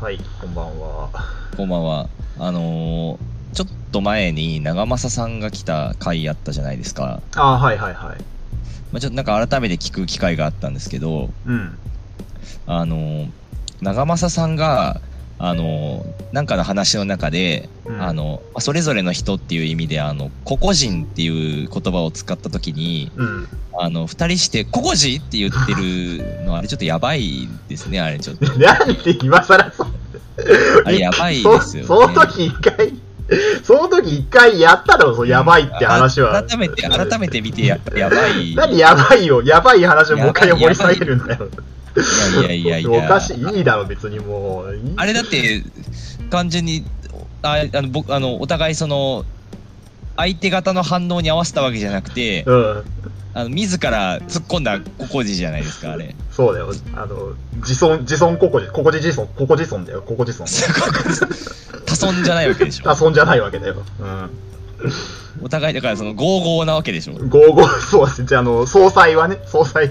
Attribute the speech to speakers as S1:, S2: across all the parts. S1: はい、こんばんは。
S2: こんばんは。あのーちょっと前に長政さんが来た回あったじゃないですか。
S1: あはいはいはい。
S2: まあ、ちょっとなんか改めて聞く機会があったんですけど、
S1: うん。
S2: あのー長政さんが、あのーなんかの話の中で、
S1: うん
S2: あのまあそれぞれの人っていう意味で、あの、個々人っていう言葉を使った時に、
S1: うん。
S2: あの、二人して個々人って言ってるの、あれちょっとやばいですね、あれちょっと。
S1: なんで今更そ
S2: あれやばい
S1: そ
S2: ですよ、ね。
S1: その時一回、その時一回やっただろ、そのやばいって話は。
S2: あ改めて、改めて見てや、やばい。
S1: 何やばいよ、やばい話をもう一回
S2: やばい
S1: 掘り下げるんだよ。
S2: いやいやいやいや。
S1: おかしい、いいだろ、別にもう。いい
S2: あれだって、単純に、ああの僕あのお互いその、相手方の反応に合わせたわけじゃなくて、
S1: うん。
S2: あの自ら突っ込んだ個々人じゃないですか、あれ。
S1: そうだよ。あの、自尊、自尊ここじ、ここじ自尊、ここ自尊だよ、ここ自尊。
S2: すごく多損じゃないわけでしょ。
S1: 多尊じゃないわけだよ。うん。
S2: お互いだから、その、合々なわけでしょ。
S1: 55そうですね。じゃあ、あの、総裁はね、総裁、
S2: うん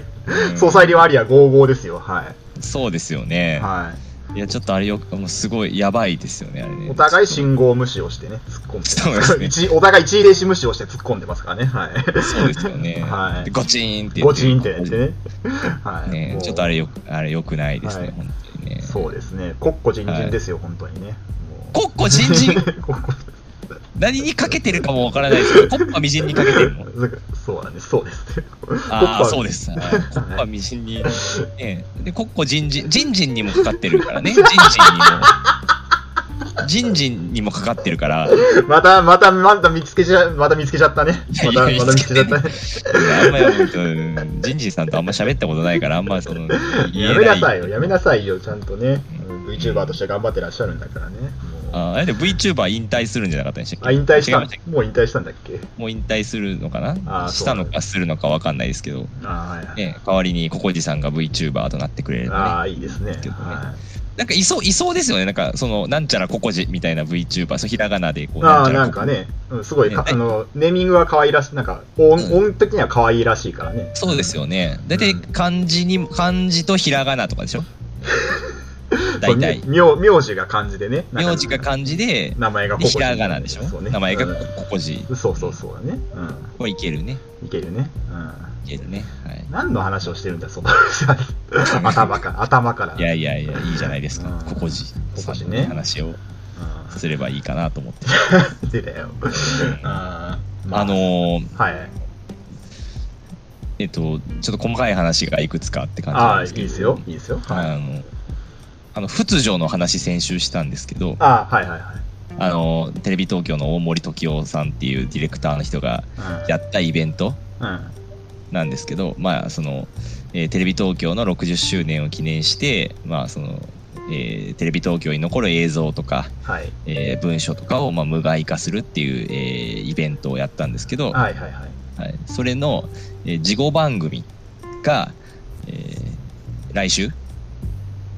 S1: 総裁ではありや55ですよ。は
S2: そうですよ
S1: い。
S2: ね。
S1: はい
S2: や、ちょっとあれよ、もうすごいやばいですよね、あれ
S1: い。
S2: ね。
S1: お互い
S2: ちょっ
S1: 信号無視をしてね、突っ込んで。
S2: そうです ね
S1: 一お互い一例視無視をして突っ込んでますからね。はい。
S2: とそうですよね。
S1: はい
S2: でゴチーンって言
S1: ゴチンってやってね。はい。
S2: ね
S1: もう
S2: ちょっとあれよ、あれよくないですね、
S1: はい
S2: 本当にね。
S1: そうですね。国庫人人ですよ、本当にね。も
S2: コッコ人参
S1: う国庫
S2: 何にかけてるかもわからないです けど、コッパみじんにかけてるの。
S1: そうなんです、そうです。
S2: ああ、そう
S1: で
S2: です。は いコッパみじんに。ね、で、コッコじんじん、じんじんにもかかってるからね。じんじんにも。じんじんにもかかってるから、
S1: す。また、また、また見つけちゃ、また見つけちゃったね。
S2: い
S1: ま
S2: やい
S1: た、ま
S2: や
S1: た見つけちゃったね。
S2: あんまり、うんじんじんさんとあんま喋ったことないから、あんまその、言
S1: や
S2: え
S1: め
S2: な。
S1: ないさいよ、やめなさいよ、ちゃんとね。
S2: う
S1: VTuber として頑張ってらっしゃるんだからね。もう
S2: ああれで VTuber 引退するんじゃなかったでしたっけ
S1: あ、引退し
S2: 違い
S1: た
S2: ましたっ
S1: もう引退したんだっけ
S2: けもう引退するのか
S1: あ
S2: な
S1: ー
S2: し
S1: そう
S2: た
S1: なんだ
S2: のかするのかわかんないですけど、
S1: あーはいはい。
S2: ね、代わりにココジさんが VTuber となってくれるとね。
S1: ああ、いいですね
S2: です。けどね
S1: は
S2: なんかいそう、いそうですよね。なんか、その、なんちゃらココジみたいな VTuber、そうひらがなで、こ、
S1: いうあ
S2: ち
S1: あ、
S2: ゃら
S1: な
S2: コ
S1: ん
S2: コ
S1: か。ね、うんすごいか、
S2: ね
S1: あの、ネーミングは可愛らしい、なんか、音、
S2: う
S1: 音的には可愛いらしいからね。
S2: そうですよね。大体、
S1: うん
S2: 漢字にも、漢字とひらがなとか でしょ
S1: そう。
S2: 大体。
S1: 名名字が漢字でね。なんか
S2: 名字が漢字で、
S1: 名前が
S2: でひらがなでし
S1: そ
S2: ょ
S1: うね
S2: 名前が
S1: う
S2: コ
S1: ん
S2: コジ。
S1: そうそうそうだね。う
S2: これいけるね。
S1: ん。いけるね。
S2: いけるね。はい
S1: うん。。何の話をしてるんだ、その 頭から、頭から。
S2: いやいやいや、いいじゃないですか
S1: うん。
S2: ココジさんの
S1: ココジね
S2: 話を
S1: う
S2: すればいいかなと思っ て。
S1: ん。出たよ。うんま
S2: あのー、
S1: はい。
S2: えっと、ちょっと細かい話がいくつかって感じ
S1: あ
S2: なん
S1: あ、い
S2: で
S1: い
S2: すけど。
S1: ですよ。いいですよ。はい。
S2: あの、あの、仏女の話先週したんですけど、
S1: ああ、はいはいはい。
S2: あの、テレビ東京の大森時夫さんっていうディレクターの人が
S1: うん
S2: やったイベント
S1: うん。
S2: なんですけど、まあ、その、えーテレビ東京の60周年を記念して、まあ、その、えーテレビ東京に残る映像とか、
S1: はい。
S2: えー文書とかを、まあ、無害化するっていう、えーイベントをやったんですけど、は
S1: はいはいはい。
S2: い、それの、えー事後番組が、えー来週、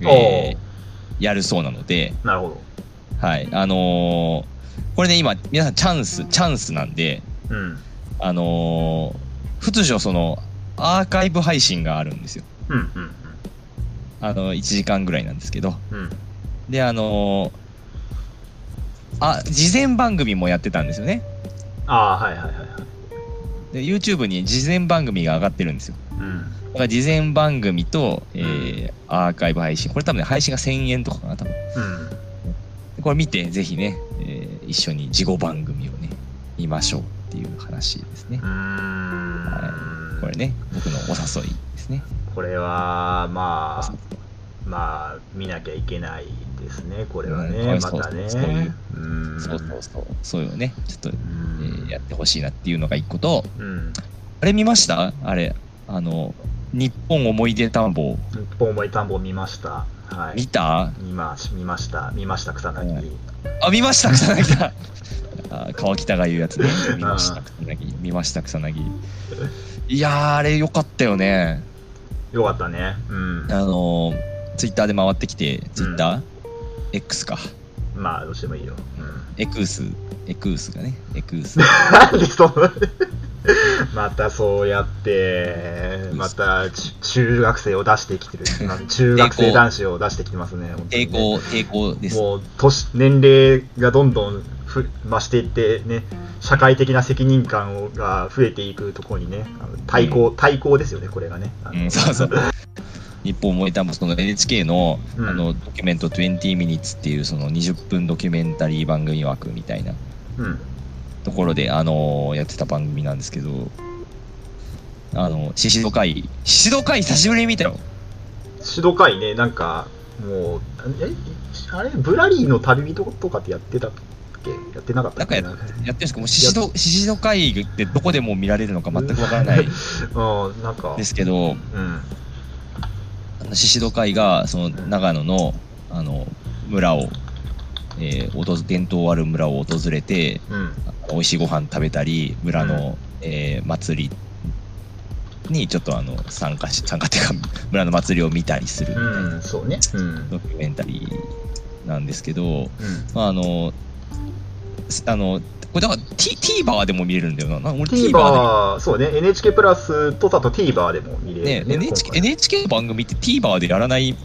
S1: お
S2: え
S1: ー
S2: ーやるそうなので、
S1: なるほ
S2: はい、あのーこれね、今、皆さんチャンス、チャンスなんで、
S1: ど。うん。
S2: あのー、普通上その、アーカイブ配信があるんですよ。
S1: うんうん
S2: あの、1時間ぐらいなんですけど。
S1: うん。うん。
S2: で、あのーあ、事前番組もやってたんですよね。
S1: ああ、はいはいはいはい。
S2: で、YouTube に事前番組が上がってるんですよ。
S1: うん。
S2: だから事前番組と、えーアーカイブ配信。これ多分ね、配信が1000円とかかな、多分。
S1: うん。
S2: これ見て、ぜひね、えー一緒に事後番組をね、見ましょうっていう話ですね
S1: う。ーん。
S2: これね、僕のお誘いですね。
S1: これは、ま
S2: そ
S1: あ、まあ、見なきゃいけないですね、これは
S2: う
S1: ね、
S2: ん
S1: またね。
S2: そうそういう
S1: うん。
S2: そうそうそう。そうよね。ちょっと、
S1: う
S2: えーやっ
S1: ん。
S2: てほしいなっていうのが一個と、
S1: うん。
S2: あれ見ましたあれ、あの、日本思い出田んぼ、
S1: 日本思い田んぼ見ました。は
S2: 見
S1: い。
S2: た
S1: 見まし、見ました。見ました、草
S2: う
S1: 薙。
S2: あ、見ました、草 薙だあ川北が言うやつね。見まし
S1: あ
S2: た、草薙。見ました、草薙。いやー、あれ良かったよね。
S1: よかったね。うん。
S2: あのー、ツイッターで回ってきて、ツイッター、X か。
S1: まあ、どうしてもいいよ。うん。
S2: エクース、エクースがね、エクース。
S1: なんでそんな、 またそうやって、またち中学生を出してきて る。なん中学生男子を出してきてますね。本当に
S2: 抵
S1: ね
S2: 抗、抵抗です。
S1: もう年年齢がどんどんふ増していって、ね、社会的な責任感をが増えていくところにね、あの対抗、対抗ですよね、これがね。あ
S2: う
S1: の
S2: ん、そうそう。日本燃えたもその NHK の,、
S1: うん
S2: あのドキュメント20 minutes っていうその20分ドキュメンタリー番組枠みたいな
S1: うん
S2: ところで、あのやってた番組なんですけど、あの、シシド会、シシド会久しぶりに見たよ。
S1: 指導会ね、なんか、もう、えあれ、ブラリーの旅人とかってやってたっけやってなかったっけ
S2: なんやってるんですけど、もうシシド、シシド会ってどこでも見られるのか全くわからない
S1: うん、なんか、
S2: ですけど、
S1: うん、
S2: あのシシド会がその長野のあの村を、えーおと伝統ある村を訪れて
S1: うん、
S2: 美味しいご飯食べたり村
S1: う
S2: の、えー祭りにちょっとあの参加し参加っていうか 村の祭りを見たりするみたいな
S1: うん、そうね。うん、うん、
S2: ドキュメンタリーなんですけど、まあ、あのすあのこれだから T- TVer でも見れるんだよなな俺 TVer
S1: TVer、そうね、NHK プラスとだと TVer でも見れ
S2: で、ね
S1: る、今
S2: NHK,
S1: 回
S2: NHK の番組って TVer でやらないイメ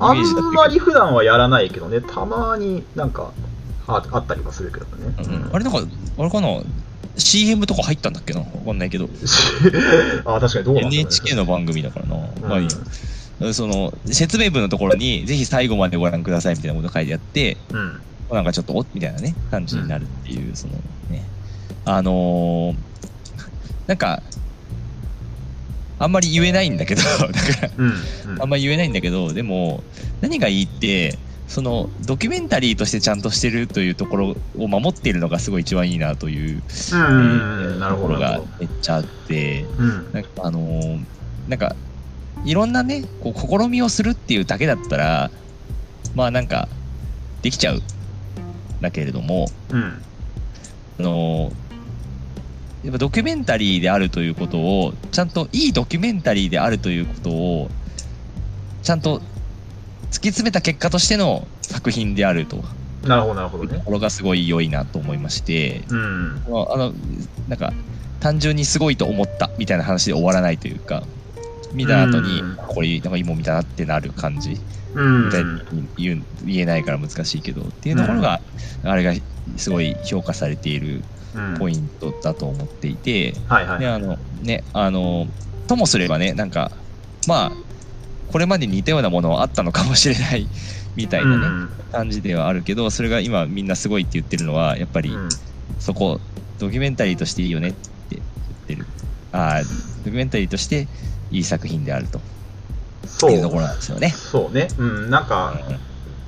S1: あ
S2: ージだったけど
S1: んまり普段はやらないけどね、たまになんかああったりはするけどね。
S2: うんあれなんか、あれかな、CM とか入ったんだっけな、わかんないけど、
S1: あ確かにどうなんだろうね
S2: NHK の番組だからな、
S1: うん
S2: まあいいよその説明文のところに、ぜひ最後までご覧くださいみたいなこと書いてあって、
S1: うん。
S2: なんかちょっとおっみたいなね、感じになるっていう、そのね、あのー、なんか、あんまり言え ないんだけど、だから、
S1: うん。
S2: あんまり言えないんだけど、でも、何がいいって、そのドキュメンタリーとしてちゃんとしてるというところを守っているのがすごい一番いいなという
S1: うん。うんうんうん。なる
S2: とこ
S1: ほ
S2: ろ
S1: ど。な
S2: が
S1: るほど
S2: めっちゃあって、
S1: うん。
S2: なんかあのーなんかいろんなね、こう試みをするっていうだけだったら、まあなんかできちゃうんだけれども、
S1: うん。
S2: あのーやっぱドキュメンタリーであるということを、ちゃんといいドキュメンタリーであるということを、ちゃんと突き詰めた結果としての作品であると
S1: なるほど、なるほど
S2: いうと
S1: ね。
S2: ころがすごい良いなと思いまして、
S1: うん。
S2: まああのなんか単純にすごいと思ったみたいな話で終わらないというか見た後に
S1: うん
S2: これなんか今見たなってなる感じ
S1: うん
S2: みたいに言う言えないから難しいけどっていうところがあれがすごい評価されている
S1: うん。
S2: ポイントだと思っていて
S1: はいはい。
S2: であのねあのともすればねなんかまあこれまで似たようなものはあったのかもしれないみたいうなね、
S1: ん。
S2: 感じではあるけどそれが今みんなすごいって言ってるのはやっぱり、
S1: うん
S2: そこドキュメンタリーとしていいよねって言ってるああドキュメンタリーとしていい作品であると
S1: そ
S2: いうところ
S1: う。
S2: なんですよね。
S1: そうね。うん。なんか、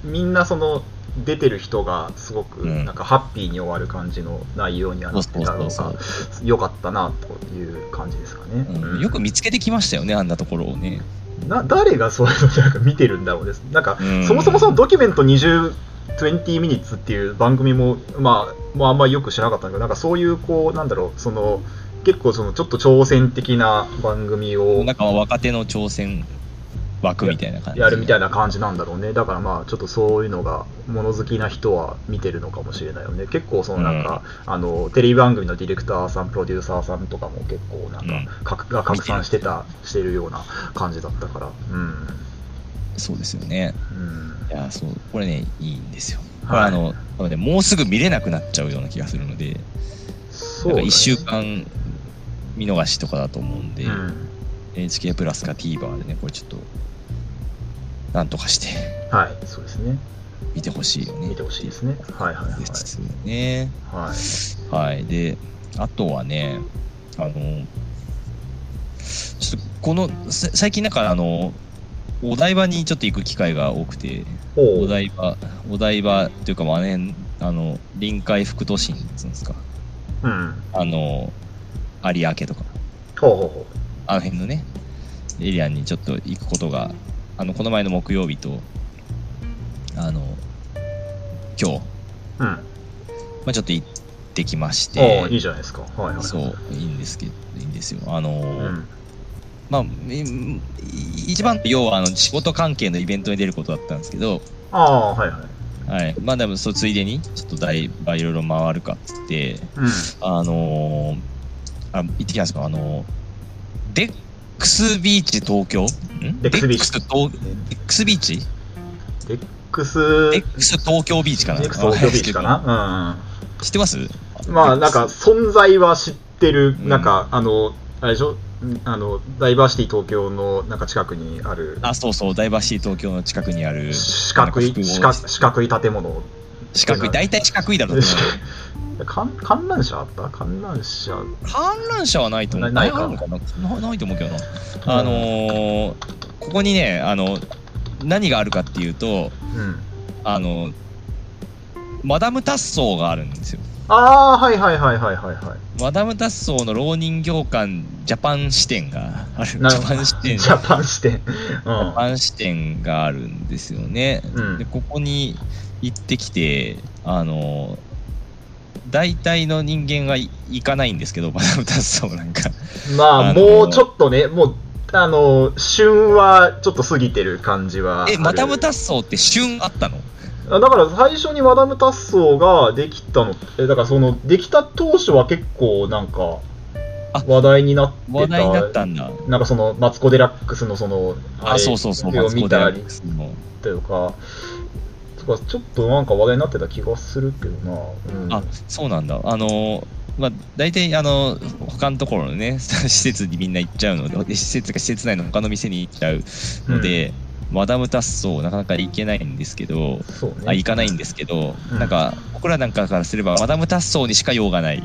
S1: みんなその、出てる人がすごく、
S2: うん
S1: なんかハッピーに終わる感じの内容には
S2: そ
S1: な
S2: う
S1: って
S2: そう
S1: た
S2: そ
S1: の
S2: うそ
S1: が、
S2: う
S1: 良かったな、という感じですかね。
S2: うんよく見つけてきましたよねあんなところをね。
S1: な誰がそういうのなんか見てるんだろうですなんか、
S2: うん
S1: そもそもそのドキュメント20 20 minutes っていう番組も、まあ、まあ、あんまりよく知らなかったんだけど、なんかそういう、こう、なんだろう、その、結構その、ちょっと挑戦的な番組を
S2: なんか若手の挑戦枠みたいな感じ
S1: やるみたい
S2: な。
S1: な感じなんだろうね。だからまあ、ちょっとそういうのが、物好きな人は見てるのかもしれないよね。結構そのなんか、あの、テレビ番組のディレクターさん、プロデューサーさんとかも結構なん
S2: うん
S1: か、かくが拡散してた、してるような感じだったから、うん。
S2: そうですよね。
S1: うん。
S2: いやそうこれねいいんですよ。これ
S1: はい
S2: あの、なのでもうすぐ見れなくなっちゃうような気がするので、
S1: そ
S2: な
S1: うんだね
S2: か1週間見逃しとかだと思うんで、
S1: うん
S2: NHK プラスか TVer でねこれちょっとなんとかして
S1: はい、そうですね。
S2: 見てほしいよね。
S1: 見てほしいですね。はいはいはい。
S2: ですよね。
S1: はい、
S2: はい。で、あとはね、あの、ちょっとこの、さ最近なんかあの、お台場にちょっと行く機会が多くて、
S1: ほ
S2: お
S1: う。
S2: 台場、お台場というか、まあね、あの、臨海副都心っていうんですか、
S1: うん。
S2: あの、有明とか、
S1: ほうほうほ
S2: あの辺のね、エリアにちょっと行くことが、あの、この前の木曜日と、あの、今日、
S1: う。うん。
S2: まあ、ちょっと行ってきまして、
S1: おーいいじゃないですか。はいはい。
S2: そう、いいんですけど、いいんですよ。あの
S1: う
S2: ー
S1: ん。
S2: まあ、いい一番って要はあの仕事関係のイベントに出ることだったんですけど、
S1: ああ、はいはい。
S2: はい。まあ、でも、そう、ついでに、ちょっとだいぶいろいろ回るかっつって、
S1: うん。
S2: あのーあ行ってきたんですかあの、デックスビーチ東京ん
S1: デックスビーチ
S2: デックス東デックスビーチ
S1: デックス、
S2: デ
S1: デ
S2: ックス東京ビーチかな
S1: ックス東京ビーチかな。
S2: 知ってます
S1: うん。まあ、なんか、存在は知ってる、
S2: うん
S1: なんか、あの、あれでしょあの、ダイバーシティ東京の、なんか近くにある、
S2: あ、そうそう、ダイバーシティ東京の近くにある、
S1: 四角い、四角四角い建物
S2: 四角い、大体四角いだろうと思う。
S1: 観観覧車あった観覧車
S2: 観覧車はないと思う。
S1: なないか
S2: あるのななないと思うけどな。あのーここにね、あの、何があるかっていうと、
S1: うん
S2: あの、マダム・タッソーがあるんですよ。
S1: ああはいはいはいはいはいは
S2: マダム・タッソーの浪人業館ジャパン支店がある。ジ
S1: なる
S2: ャ
S1: ほ
S2: パ
S1: ど
S2: ン支
S1: い
S2: 店。
S1: ジ
S2: ジャ
S1: ャパン支店うん
S2: パン支店があるんですよね。
S1: うん
S2: で、ここに行ってきて、あの、大体の人間がい行かないんですけど、マダム・タッソーなんか。
S1: まあ
S2: あの
S1: もうちょっとねもうあの旬はちょっと過ぎてる感じはある
S2: え、マダム・タッソーって旬あったの
S1: だから最初にマダム・タッソーができたのえだからそのできた当初は結構なんか
S2: あ
S1: 話題になってた
S2: 話題になったんだ。
S1: なんかそのマツコ・デラックスのその
S2: あ
S1: れ
S2: そうそうそう、
S1: を見たり
S2: スの。
S1: というか、とかちょっとなんか話題になってた気がするけどな。うん、
S2: あ、そうなんだ。あのー、まあ、大体、あのー、他のところのね、 施設にみんな行っちゃうので、で施設が施設内の他の店に行っちゃうので、マダム・タッソー、なかなか行けないんですけど、
S1: そうね。
S2: あ行かないんですけど、
S1: うん
S2: なんか、僕らなんかからすれば、マダム・タッソーにしか用 がない。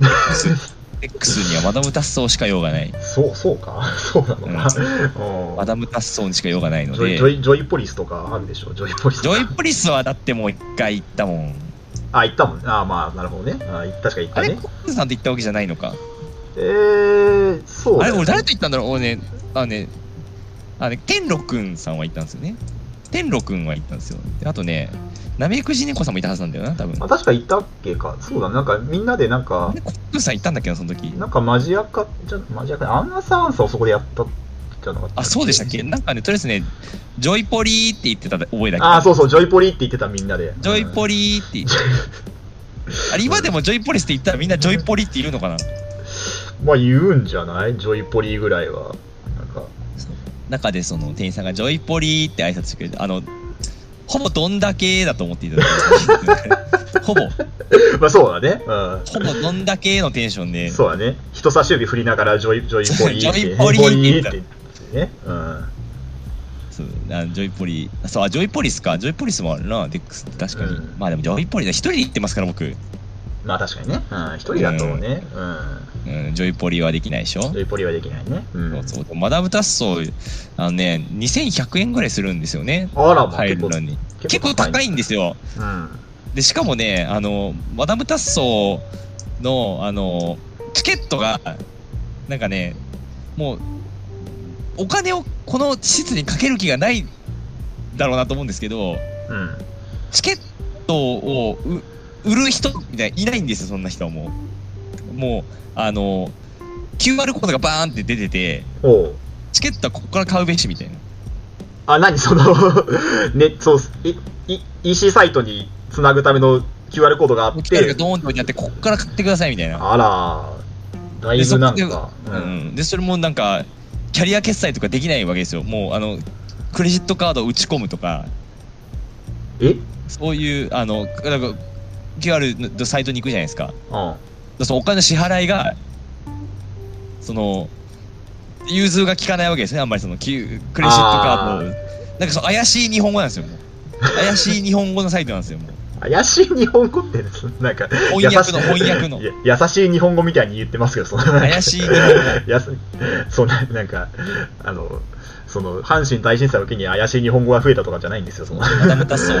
S2: X- X にはマダム・タッソーしか用がない。
S1: そう、そうか。 そうなのか。うん
S2: マダム・タッソーにしか用がないの
S1: ジョ
S2: で、
S1: イ
S2: ジ
S1: ジョイジョイポリスとかあるでしょ、ジョイポリスとか。
S2: ョイポリスはだってもう一回行ったもん。
S1: あ、行ったもんね。あまあ、なるほどね。あ確か行っ
S2: あ
S1: た
S2: れ、
S1: ね。
S2: コックさんって言ったわけじゃないのか。
S1: えー、そう
S2: あ
S1: だ
S2: れ、
S1: よね、
S2: 俺誰と言ったんだろう俺ね、あのね、あのね、天禄くんさんは言ったんですよね。天禄くんは言ったんですよ。であとね、なめくじ猫さんもいたはずなんだよな、多分。
S1: あ確か行ったっけか。そうだ、なんかみんなでなんか
S2: あれ、、コックさん行ったんだっけな、その時。
S1: なんかマジアカ、じゃマジアカ、アンナサアンサーをそこでやったじゃなかった
S2: あ、そうでしたっけなんかね、とりあえずね、ジョイポリーって言ってた覚えだけど。
S1: あ、そうそう、ジョイポリって言ってたみんなで。
S2: ジョイポ
S1: リ。
S2: リーって言って。あれ、今でもジョイポリスって言ったらみんなジョイポリっているのかな
S1: まあ言うんじゃないジョイポリぐらいは。なんか、
S2: 中でその店員さんがジョイポリーって挨拶してくれて、あの、ほぼどんだけだと思っていただい てほぼ。
S1: まあそうだね。うん。
S2: ほぼどんだけのテンションで、
S1: そうだね。人差し指振りながらジョイ、ジョイポリーって。
S2: ジョイポリーって言った
S1: ジョイポリーって言ってね。うん。
S2: そうあジョイポリ、そう、あジョイポリスか、ジョイポリスもあるな、デックス、確かに。
S1: うん
S2: まあでも、ジョイポリだ、一人で行ってますから、僕、
S1: まあ確かにね。うん。一人だとね、うん。
S2: うん、ジョイポリはできないでしょ。
S1: ジョイポリーはできないね。うん。
S2: そうそうマダムタッソー、あのね、2100円ぐらいするんですよね、
S1: あら、まあ
S2: 入
S1: 結
S2: る
S1: 構、
S2: のに。結構高いんですよ。
S1: うん。
S2: で、しかもね、あの、マダムタッソーの、あの、チケットが、なんかね、もう、お金をこの施設にかける気がないだろうなと思うんですけど、
S1: うん。
S2: チケットをう売る人みたいないないんですよ、そんな人はもう。もう、あの、QR コードがバーンって出てて、
S1: おう。
S2: チケットはここから買うべしみたいな。
S1: あ、何 その、ね、そう、い、い、EC サイトにつなぐための QR コードがあっ
S2: QR
S1: て、
S2: がドーンって置いてあって、ここから買ってくださいみたいな。
S1: あら、だいぶなん
S2: でそ
S1: か、う。
S2: うんん。で、それもなんか、キャリア決済とかできないわけですよ。もう、あの、クレジットカードを打ち込むとか、
S1: え
S2: そういう、あの、なんか、QR のサイトに行くじゃないですか。
S1: うん。
S2: そのお金の支払いが、その、融通が効かないわけですね、あんまりその、キュクレジットカードを
S1: あ
S2: なんかその怪しい日本語なんですよ、もう怪しい日本語のサイトなんですよ、もう
S1: 怪しい日本語って、なんか、
S2: 翻訳の、翻訳の
S1: い。や優しい日本語みたいに言ってますけど、その
S2: 怪しい日本語。
S1: やすそんな、なんか、あの、その、阪神大震災を機に怪しい日本語が増えたとかじゃないんですよ、その、
S2: またま たそう。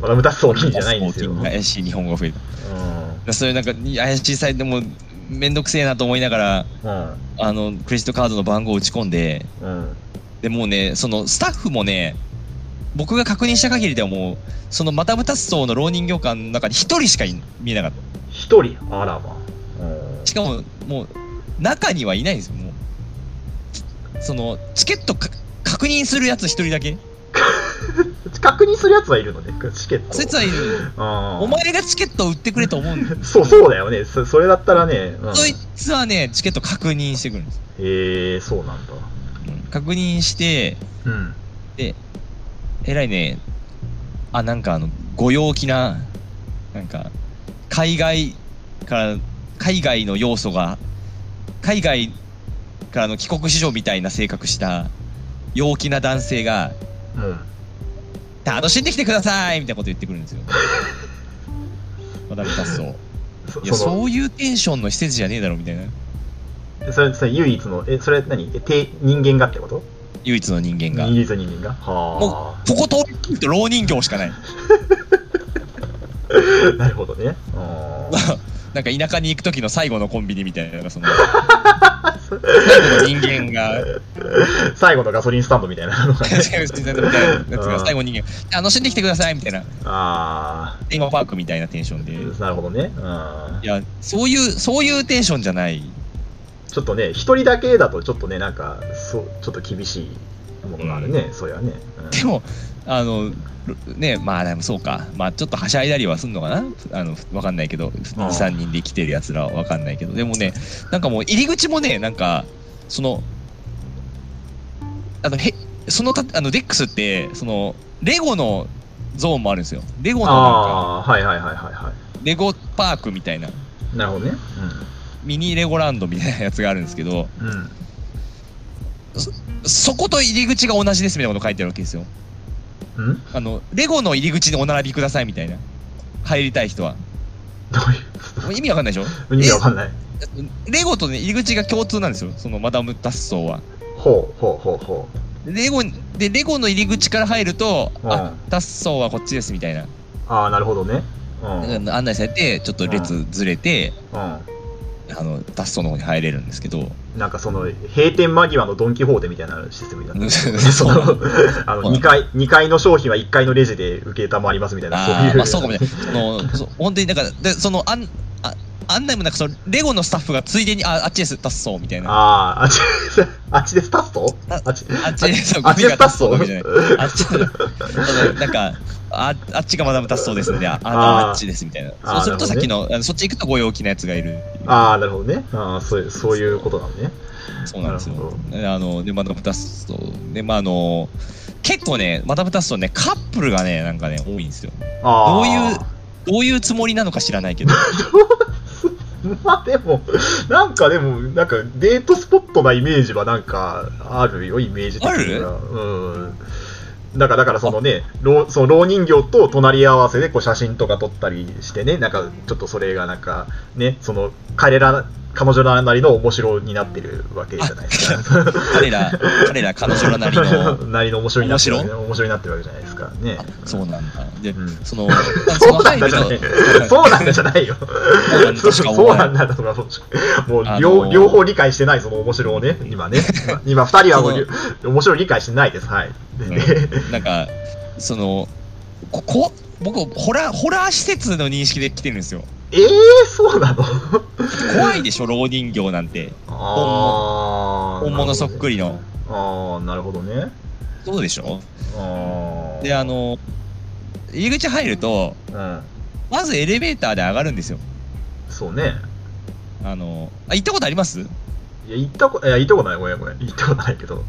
S1: マダム・タッソー にじゃないんですよ。うん、
S2: 怪しい日本語が増えた。だからそういうなんか、怪しいサイトも、めんどくせえなと思いながら、
S1: うん、
S2: あの、クレジットカードの番号を打ち込んで、
S1: うん。
S2: でもうね、そのスタッフもね、僕が確認した限りではもう、そのマタブタッソーの浪人業館の中に一人しかい見えなかった。
S1: 一人、あらま。うん
S2: しかも、もう、中にはいないんですよ、もう。その、チケットか確認するやつ一人だけ。
S1: 確認するやつはいるのね、チケット。
S2: 説はいる
S1: うん
S2: お前がチケットを売ってくれと思うんだ
S1: そう、そうだよね。そそれだったらね。うん、
S2: そいつはねチケット確認してくるんです、
S1: えー、そうなんだ。
S2: うん確認して
S1: うん。
S2: えらいねあなんかあのご陽気ななんか海外から海外の要素が海外からの帰国子女みたいな性格した陽気な男性が
S1: もう、
S2: 楽しんできてくださいみたいなこと言ってくるんですよ。私達そう。
S1: そ
S2: いや、
S1: その
S2: そういうテンションの施設じゃねえだろみたいな。
S1: それ、それ唯一の、え、それ何え、て人間がってこと
S2: 唯一の人間が。
S1: 唯一の人間がは
S2: ここ通り切ると蝋人形しかない。
S1: あ。 なるほどね。あー
S2: なんか田舎に行く時の最後のコンビニみたいな、なんかその。最後の人間が、
S1: 最後のガソリンスタンドみたいなのがね。
S2: 違うみたいなやつが最後の人間、楽しんできてくださいみたいな、
S1: あ
S2: テーマパークみたいなテンションで。
S1: ー、なるほどね。うん
S2: い。や、そういう、そういうテンションじゃない。
S1: ちょっとね、一人だけだとちょっとね、なんか、そう、ちょっと厳しいものがあるね、そりゃね。うん
S2: でも、あの、ね、まあでもそうか、まあちょっとはしゃいだりはすんのかな、あのわかんないけど、2、
S1: ああ
S2: 3人で来てるやつらはわかんないけど、でもね、なんかもう入り口もね、なんか、その、あの、へそのたあのデックスって、その、レゴのゾーンもあるんですよ。レゴのなんか、
S1: ああー、はいはいはいはいは
S2: レゴパークみたいな、
S1: い。なるほどね。
S2: ミニレゴランドみたいなやつがあるんですけど、
S1: うん。うん。
S2: そこと入り口が同じですみたいなこと書いてあるわけですよ。
S1: うん
S2: あの、レゴの入り口でお並びくださいみたいな、入りたい人は。
S1: どうい
S2: もう意味わかんないでしょ
S1: う意味わかんない。
S2: えレゴとね、入り口が共通なんですよ。そのマダム・ダッソーは。
S1: ほうほうほうほう。
S2: レゴ、で、レゴの入り口から入ると、
S1: う
S2: あ、ダッソーはこっちですみたいな。
S1: ああ、なるほどね。うん。うん。
S2: うん案内されて、ちょっと列ずれて、あの、ダッソーの方に入れるんですけど、
S1: なんかその、閉店間際のドン・キホーテみたいなシステムになってる
S2: そうなの
S1: あ
S2: う
S1: の
S2: ん
S1: 2階、二階の商品は1階のレジで受けたまわりますみたいな、そうい
S2: あ
S1: う。
S2: あ、まあそうかもね。その、そ本当に、だから、で、その、あん、あ案内もなく、その、レゴのスタッフがついでに、あ、あっちです、ダッソーみたい な。
S1: あーあっち、 あっちです、タスト
S2: あ
S1: あっち、
S2: あっちです、
S1: あっちです、タス
S2: ゴ
S1: ト
S2: ミが出すわけじゃないあっち、あのなんか、ああっちがマダム達そうですんで、ああ
S1: あー
S2: のあっちですみたいな。
S1: あー
S2: そうすると
S1: な
S2: さ
S1: る
S2: っ
S1: ほどね
S2: きの、あのそっち行くとご陽気なやつがいるっていう。
S1: ああ、なるほどね。ああ、そういう、そういうことなのね。
S2: そうなんです
S1: なるほ
S2: よ。であの、で、マダム達そう。で、まあ、あの、結構ね、マダム達そうね、カップルがね、なんかね、多いんですよ。
S1: あ
S2: どういう
S1: あ。
S2: どういうつもりなのか知らな いけど。
S1: まあでも、なんかでも、なんかデートスポットなイメージはなんかあるよ、イメージ的には。うん。だから、だからそのね、ろうその老人形と隣り合わせでこう写真とか撮ったりしてね、なんかちょっとそれがなんか、ね、その彼ら、彼女らなりの面白になってるわけじゃないですか。
S2: 彼ら、彼ら、彼女らなりの。
S1: なりの面白になってるわけね、面白になってるわけじゃないですか。ね
S2: あ。そうなんだ。で、
S1: うん
S2: その、そ
S1: そ
S2: の
S1: うなんだじゃない。 そうなんだじゃないよ。
S2: そうなんだしか思
S1: そう
S2: わな
S1: ないんだとか、もう
S2: あのー
S1: 両両方理解してない、その面白をね、今ね。今、二人はもう面白を理解してないです、はい。でで
S2: うん なんか、その、ここ、僕、ホラー、ホラー施設の認識で来てるんですよ。
S1: えー、そうな の
S2: 怖いでしょ、老人形なんて。
S1: あー
S2: 本物そっくりの。
S1: ああ、なるほどね。
S2: そうでしょ
S1: あー
S2: で、あ、の、入り口入ると、
S1: うん、
S2: まずエレベーターで上がるんですよ。
S1: そうね。
S2: あの、あ、行ったことあります
S1: いや、行ったこ、いや、行ったことない、ごめん、ごめん。行ったことないけど。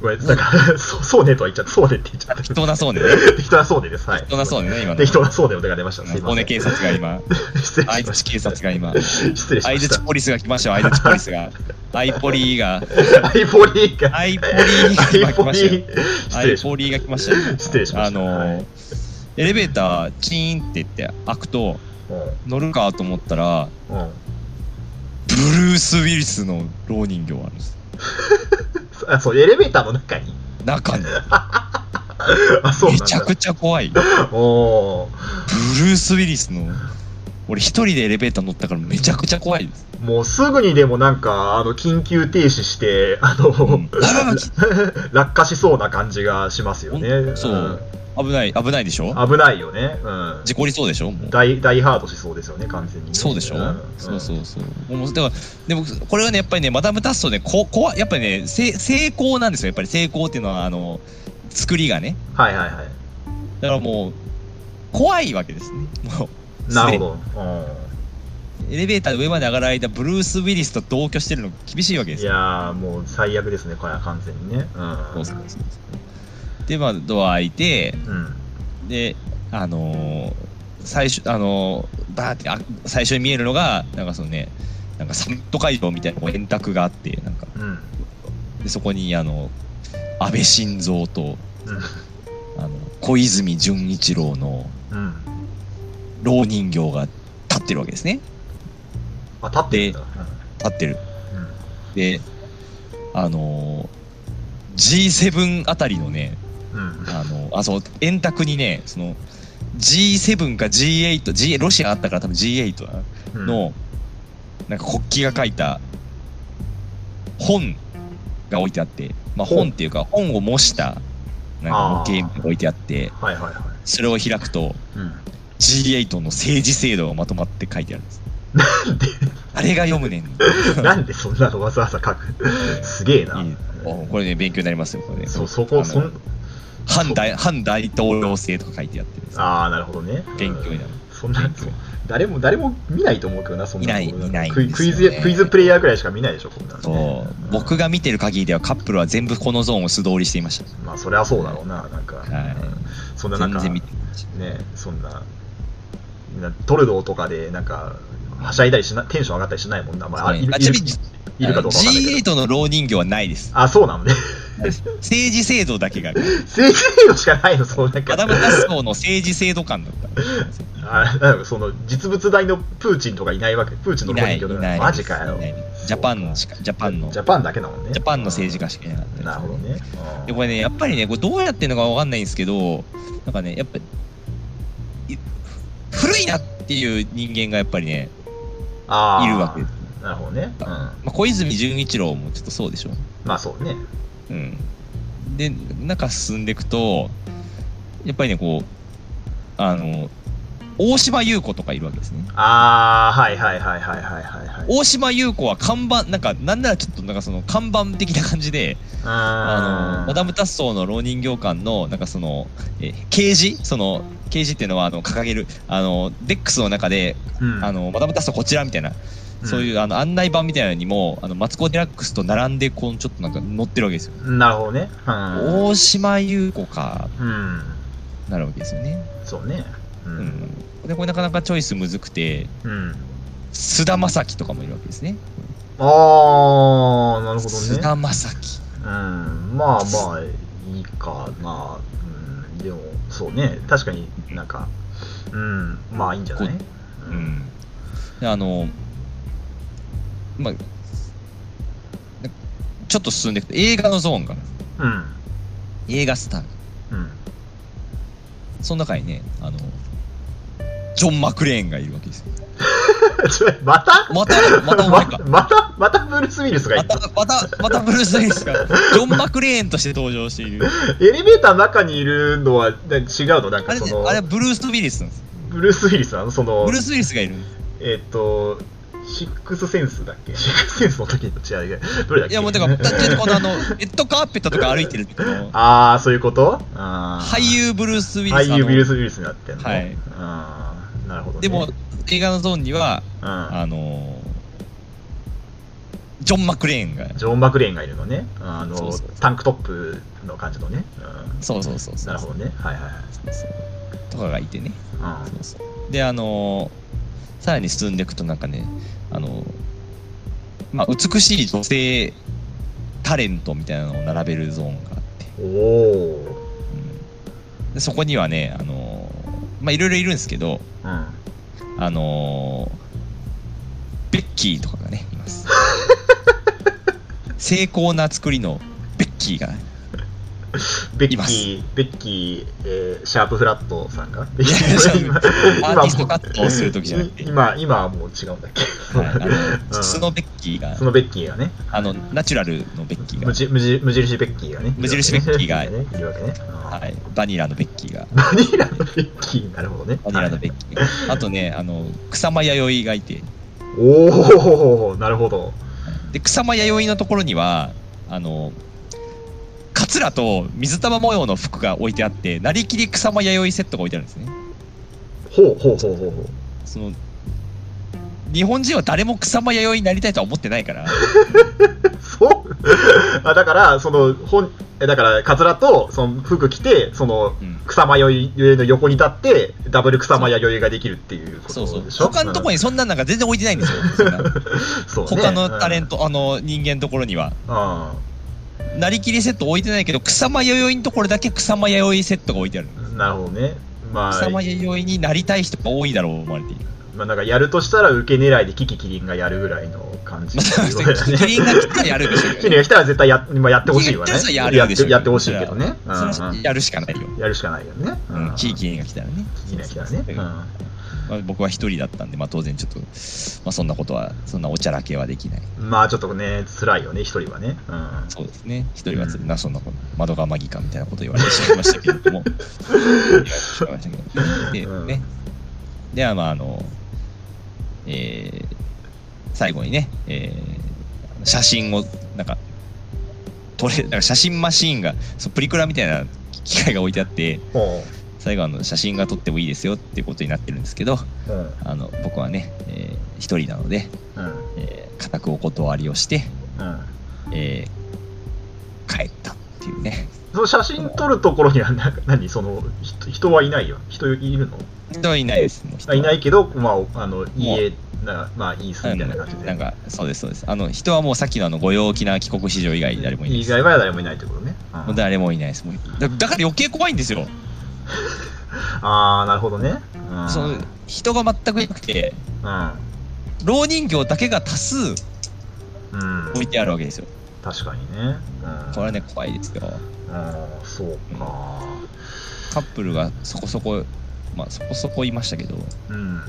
S1: ごめん、なんか、そうそうねとは言っちゃった。そうねって言っちゃった。
S2: 適当なそうね。
S1: 適当なそうねです、はい。
S2: 適当なそうねね、今の
S1: 適。当なそうねの手が出ました。すいませ
S2: 骨
S1: ん。
S2: 警察が今、
S1: 失礼
S2: 相
S1: しま
S2: 槌
S1: した。
S2: 警察が今、
S1: 失礼しま
S2: 相
S1: した
S2: 槌。ポリスが来ましたよ、相槌ポリスが。アイポリーが、
S1: アイポリーか。
S2: アイポリーが今来ましたよ。ア
S1: 失礼
S2: イ
S1: しま
S2: ポリーが来ましたよ。
S1: 失礼しま
S2: あ
S1: した。
S2: のー
S1: はい
S2: エレベーターチーンって言って開くと乗るかと思ったら
S1: うんうん
S2: ブルース・ウィリスの老人形があるんです
S1: あそうエレベーターの中に。
S2: 中 に
S1: あ、そうな
S2: め
S1: んだ。
S2: ちゃくちゃ怖いブル
S1: おー
S2: ース・ウィリスの俺一人でエレベーター乗ったからめちゃくちゃ怖いです、
S1: もうすぐにでもなんか、あの、緊急停止して、あ
S2: う
S1: の、
S2: ん、危
S1: 落下しそうな感じがしますよ
S2: ほ
S1: ね。
S2: んそうんない危ないでしょ
S1: 危ないよね。うん。
S2: 事故りそうでしょもう
S1: 大、大ハードしそうですよね、完全にね。
S2: そうでしょ、
S1: ん
S2: そうそうそうもうだからでもこれはねやっぱりねマダム・タッソーねこ怖いやっぱりねせ成功なんですよやっぱり成功っていうのはあの作りがね。
S1: はいはいはい。
S2: だからもう、怖いわけですね。もう、
S1: なる
S2: すでに
S1: ほど。
S2: エレベーターの上まで上がる間、ブルース・ウィリスと同居してるのが厳しいわけ
S1: う
S2: で
S1: ん、い
S2: すよ。
S1: やー、もう最悪ですね、これは完全にね。う
S2: そ
S1: ん。
S2: うそうそうそうで、まあ、ドア開いて、
S1: うん。
S2: で、あのー最初、あのーバーってあ、最初に見えるのが、なんかそのね、なんかサミット会場みたいなこう円卓があって、なんか、
S1: うん。
S2: でそこに、あの、安倍晋三と、
S1: うん
S2: あの、小泉純一郎の
S1: うん。
S2: 老人形が立ってるわけですね。
S1: あ、立ってるんだ。
S2: 立ってる。
S1: うん。うん
S2: で、あのー G7 あたりのね、
S1: うん。
S2: あのあ、そう、円卓にね、その、G7 か G8、G、ロシアあったから多分 G8 だな
S1: うん、
S2: の、なんか国旗が書いた本が置いてあって、まあ
S1: 本
S2: 本っていうか本を模した、なん
S1: あ
S2: か
S1: ー
S2: 模型が置いてあって、
S1: はいはいはい。
S2: それを開くと
S1: うん。
S2: G8 の政治制度がまとまって書いてあるんです。あれが読むねん。
S1: なんでそんなのわざわざ書くすげえな。
S2: いいおこれね、勉強になりますよ、これね。
S1: そ、そ
S2: あ
S1: こ、
S2: の
S1: そん、
S2: 反大反大統領制とか書いてあってです、
S1: ああ、なるほどね。
S2: 勉強になる。
S1: そんな、
S2: 勉強
S1: 誰も、誰も見ないと思うけどな、そんなの
S2: 見ない見ない
S1: クイ
S2: です
S1: クイ
S2: よね
S1: ズ、クイズプレイヤーぐらいしか見ないでしょ、こんなの
S2: そ
S1: ね
S2: う僕が見てる限りではカップルは全部このゾーンを素通りしていました。
S1: まあ、そりゃそうだろうな、なんか。
S2: はい
S1: うんそんな、なん
S2: 全
S1: か、
S2: 然見
S1: ね
S2: てないし、
S1: そんな、なトルドーとかで、なんか、はしゃいだりしな、テンション上がったりしないもんな。まあ、
S2: はい
S1: いる
S2: あ
S1: い
S2: ちな
S1: る
S2: みに
S1: いるかどうかわかんないけど。
S2: G8 の老人形はない です。
S1: あ、そうなのね。
S2: 政治制度だけが。
S1: 政治制度しかないの、そう、なんか
S2: ア。ダム・カスコーの政治制度感だった。
S1: あなんかその実物大のプーチンとかいないわけプーチンの
S2: い
S1: ロ
S2: ない、
S1: 人形
S2: い
S1: とか
S2: ない。
S1: マジかよ
S2: いないジャパンのしか、ジャパンの、
S1: ジ
S2: ジ
S1: ャパンだけだもんね
S2: ャパンの政治家しかいなかったです
S1: なるほどねうん
S2: で、これね、やっぱりね、これどうやってんのかわかんないんですけど、なんかね、やっぱ、い古いなっていう人間がやっぱりね、
S1: あー
S2: いるわけです。
S1: なるほどね、うん、ま
S2: まあ、小泉純一郎もちょっとそうでしょ。
S1: あそうね
S2: うん。で、中進んでいくと、やっぱりね、こう、あの、大島優子とかいるわけですね。
S1: ああはいはいはいはいはいはいはい、
S2: 大島優子は看板、なんか、なんならちょっと、なんかその看板的な感じで、あの、マダム・タッソーの老人形館の、なんかその、えー、ケージその、ケージっていうのは、あの、掲げる、あの、デックスの中で、あの、マダム・タッソーこちらみたいな、そういうう、あの、案内板みたいなのにも、あの、マツコ・デラックスと並んで、こう、ちょっとなんか乗ってるわけですよ。
S1: うんなるほどねうん、
S2: 大島優子か、
S1: うん、
S2: なるわけですよね。
S1: そうねう、
S2: うんん。で、これなかなかチョイスむずくて、
S1: うん、
S2: 菅田将暉とかもいるわけですね。
S1: ああなるほど
S2: 菅
S1: ね
S2: 田将暉。
S1: うんまあまあいいかな、うん、でもそうね確かになんかうんまあいいんじゃない
S2: こうん。で、あの、まあ、なちょっと進んでいくと、映画のゾーンが、
S1: うん
S2: 映画スターが、
S1: うん
S2: その中にね、あの、ジョン・マクレーンがいるわけですよ。
S1: ちょまた
S2: また、またお前か。
S1: またまたブルース・ウィルスがい
S2: ま
S1: る
S2: た、また、またブルース・ウィリスが、ジョン・マクレーンとして登場している。
S1: エレベーターの中にいるのはな違うのなん
S2: あ
S1: か
S2: れ
S1: そ
S2: ね、
S1: の
S2: あれはブルース・ウィリスなんです。
S1: ブルース・ウィリスなのその
S2: ブルース・ウィリスがいるんです。
S1: えっ、とシックスセンスだっけシックスセンスの時と違うどれだっけ
S2: いやもう だから、だってこのあの、レッドカーペットとか歩いてる時の、
S1: ああそういうことあー
S2: 俳優ブルース・ウィリス。
S1: 俳優
S2: あの
S1: ブルース・ウィルスになってんの
S2: はい
S1: あーなるほど、ね、
S2: でも、映画のゾーンには、
S1: うん、
S2: あのジョン・マクレーンが、
S1: ジョン・マクレーンがいるのね。あの
S2: そうそうそう
S1: タンクトップの感じのね。う、
S2: そうそうそうそ
S1: な
S2: うん
S1: るほどね。はいはいはい
S2: そうそうとかがいてね。
S1: うん
S2: そうそうで、あのさらに進んでいくと、なんかね、あのまあ、美しい女性タレントみたいなのを並べるゾーンがあって、
S1: おー
S2: うんでそこにはね、あのまあ、いろいろいるんですけど、
S1: うん。
S2: あのーベッキーとかがね、います。精巧な作りのベッキーが、
S1: ベッキ
S2: います
S1: ー、ベッキー、えーシャープフラットさんが。
S2: いやシャープ
S1: 今
S2: アーティスト活動をする時じゃなくて
S1: 今、今はもう違うんだっけ。
S2: はい、あ
S1: う
S2: の
S1: ん
S2: 素のベッキーが
S1: そ、のベッキーがね、
S2: あの、ナチュラルのベッキーが
S1: 無、じ無じ無印ベッキーがね、
S2: 無印ベッキーが
S1: いるわけね。いるわけねうん
S2: はい、バニラのベッキーが、
S1: バニラのベッキー、なるほどね。
S2: バニラのベッキーが、あとね、あの、草間弥生がいて、
S1: おおなるほど。
S2: で、草間弥生のところには、あの、かつつらと水玉模様の服が置いてあって、なりきり草間弥生セットが置いてあるんですね。
S1: ほうほうほうほうほう。
S2: その日本人は誰も草間弥生になりたいとは思ってな いから、
S1: そう あだから、その、本、えだから、カツラと、その、服着て、その、
S2: うん
S1: 草間弥生の横に立って、ダブル草間弥生ができるっていうこ
S2: そうそ
S1: と
S2: う
S1: でしょ
S2: 他のところにそんなんなんか全然置いてないんですよ、そんな
S1: そうね
S2: 他のタレント、あの人間のところには。
S1: うんあ
S2: なりきりセット置いてないけど、草間弥生のところだけ草間弥生セットが置いてある。
S1: あなるほどねまあ
S2: 草、間弥生になりたい人が多いだろう思われ ている。
S1: まあ、なんかやるとしたら受け狙いでキキキリンがやるぐらいの感じ
S2: まあ、
S1: っていうことだよ
S2: キ
S1: ね
S2: リンが来たらやるでしょう
S1: キリ
S2: け
S1: ン
S2: ど
S1: が来たら絶対や,、まあ、やってほしいわね
S2: キリンが来たらやる
S1: やっ
S2: でしょ
S1: てやってほしいけどね、うん
S2: それ
S1: う
S2: は
S1: ん
S2: やるしかないよ。
S1: やるしかないよね、
S2: うん、キリキリンが来たらね。
S1: キキリンが来たらね、うん
S2: まあ、僕は一人だったんで、まあ、当然ちょっと、まあ、そんなことは、そんなおちゃらけはできない。
S1: まあちょっとね、辛いよね、一人はね。うん
S2: そうですね。一人はつるな、そんなこと、窓がマギかみたいなこと言われてしまいましたけれ ども。言われてしまいましたけど。
S1: うん
S2: で、ね。では、まあ、あの、えー、最後にね、えー、写真を、なんか、撮れ、なんか写真マシーンが、そうプリクラみたいな機械が置いてあって、
S1: ほ
S2: 最後あの写真が撮ってもいいですよっていうことになってるんですけど、
S1: ううん
S2: あの、僕はね、えー一人なので、
S1: うん
S2: えー、固くお断りをして、
S1: うん
S2: えー帰ったっていうね。
S1: その写真撮るところにはな、 何、その、人人はいないよ。人いるの
S2: 人はいないです。もう人
S1: あ
S2: はい
S1: ないけど、まあ、あの家な、まあ、いいすみたいな感じで。
S2: なんか、そうです、そうです。あの、人はもうさっきのあの、ご陽気な帰国子女以外誰もいないで
S1: 以
S2: す。
S1: 外は誰もいないってことね。うん
S2: もう誰もいないです。もうだだから余計怖いんですよ。
S1: ああ、なるほどね。うん
S2: その、人が全くいなくて、
S1: う
S2: 老人形だけが多数
S1: ん。う
S2: 置
S1: ん
S2: い。てあるわけですよ。
S1: 確かにね。うん。
S2: これはね、怖いですよ。
S1: うん、そうか。
S2: カップルがそこそこ、まあ、そこそこいましたけど、
S1: うん。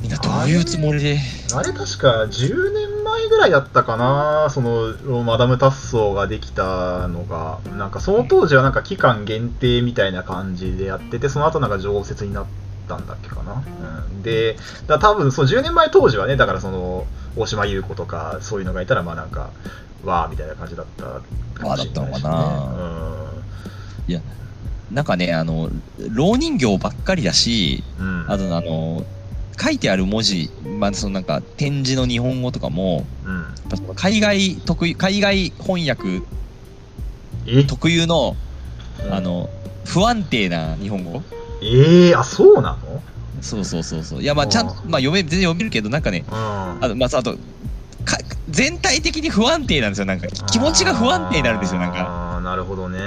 S2: みんなどういうつもりで、
S1: あれ確か10年前ぐらいだったかな、そのマダム・タッソーができたのが、なんかその当時はなんか期間限定みたいな感じでやってて、その後なんか常設になったんだっけかな。うん、で、だから多分その10年前当時はね、だからその大島優子とかそういうのがいたら、まあなんか、わーみたいな感じだったかもしれないしね
S2: わーだったのかななんかね、あの、老人形ばっかりだし、
S1: うん。うん。
S2: あとあの、書いてある文字、まあ、そのなんか展示の日本語とかも、
S1: うん。
S2: やっぱその海外特有海外翻訳
S1: え
S2: 特有の、
S1: うん
S2: あの不安定な日本語
S1: えー、あ、そうなの
S2: そうそうそうそういやまあ
S1: あー
S2: ちゃんとまあ読め全然読めるけどなんかね
S1: うん。
S2: あのまあそうあとか全体的に不安定なんですよなんか気持ちが不安定になるんですよなんか
S1: あーなるほどね。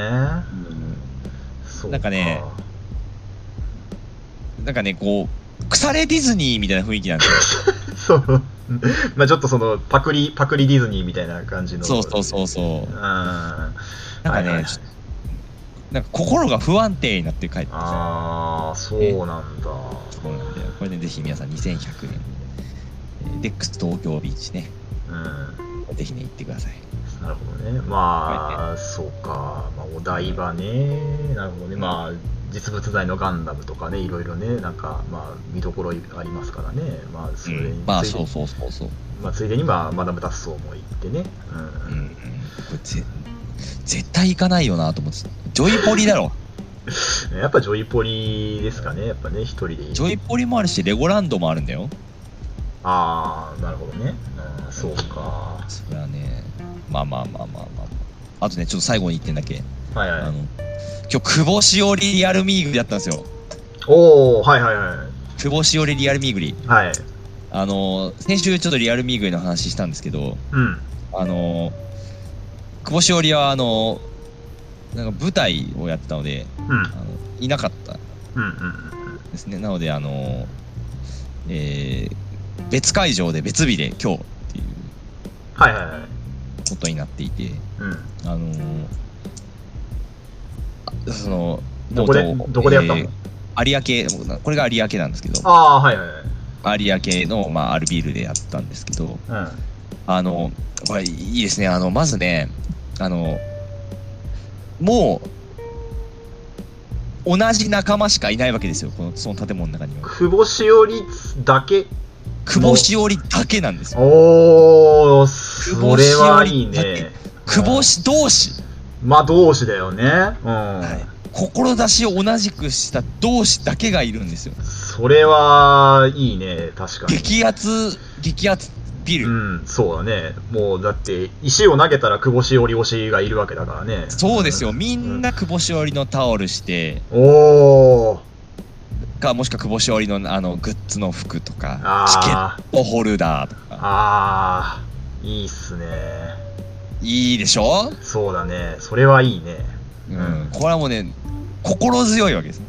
S1: そう
S2: なんかねなんかねこう腐れディズニーみたいな雰囲気な んですよ
S1: そう。 まあちょっとその、パクリ、パクリディズニーみたいな感じの。。
S2: そうそうそうそううん
S1: なん
S2: なんかね、
S1: はいはい
S2: ちょっとなんか心が不安定になって帰ってきた
S1: ああ、そうなんだ。
S2: そうなんでこれねぜひ皆さん2100年えーデックス東京ビーチね
S1: うん。
S2: ぜひね行ってください
S1: なるほどね。まあ、そうか。まあ、お台場ね。なるほどね。まあ、実物大のガンダムとかね、いろいろね、なんか、まあ、見どころありますからね。まあ、それについて、
S2: まあそうそうそうそう。
S1: まあ、ついでに、まあ、マダム・タッソーも行ってね。
S2: うんうん。これぜ絶対行かないよなと思ってた。ジョイポリだろ。
S1: やっぱジョイポリですかね、やっぱね、一人でいい
S2: ジョイポリもあるし、レゴランドもあるんだよ。
S1: ああ、なるほどね。うん、そうか。
S2: それはね、まあまあまあまあまあまあ。あとね、ちょっと最後に一点だけ。
S1: はい
S2: あ
S1: はい。
S2: の、今日、久保しおりリアルミーグリだったんですよ。
S1: おおはいはいは
S2: 久保しおりリアルミーグリ。
S1: い。はい。
S2: あの、先週ちょっとリアルミーグリの話したんですけど、
S1: うん。
S2: あの、久保しおりはあの、なんか舞台をやってたので、
S1: うん。
S2: あのいなかった
S1: うん。うん。
S2: ですね。なので、あの、えー別会場で別日で今日っていう
S1: はいはいはい。
S2: ことになっていて、
S1: うん。
S2: あのーあその、
S1: どこで
S2: ノートを
S1: どこでやったの
S2: えー有明、これが有明なんですけど、
S1: ああー、はいはいはい。
S2: 有明の、まあ、アルビールでやったんですけど、
S1: うん。
S2: あの、これいいですね。あの、まずね、あの、もう、同じ仲間しかいないわけですよ、このその建物の中には。
S1: 久保しおりだけ。
S2: 久保しおりだけなんですよ
S1: おおそれはいい
S2: 久保しおり
S1: ね。
S2: 久保氏同士、
S1: まあ同士だよね。うん。
S2: はい、志を同じくした同士だけがいるんですよ
S1: それはいいね、確かに。
S2: 激圧激圧ビル、
S1: うん、そうだね。もうだって、石を投げたら久保しおり推しがいるわけだからね。
S2: そうですよみんな久保しおりのタオルして
S1: おー。
S2: かもしくは久保しおりのあのグッズの服とかチケッ
S1: あー。
S2: トホルダーとか
S1: あー。いいっすね。
S2: いいでしょ、
S1: そうだね。それはいいね。
S2: うん
S1: うん
S2: これはもうね心強いわけです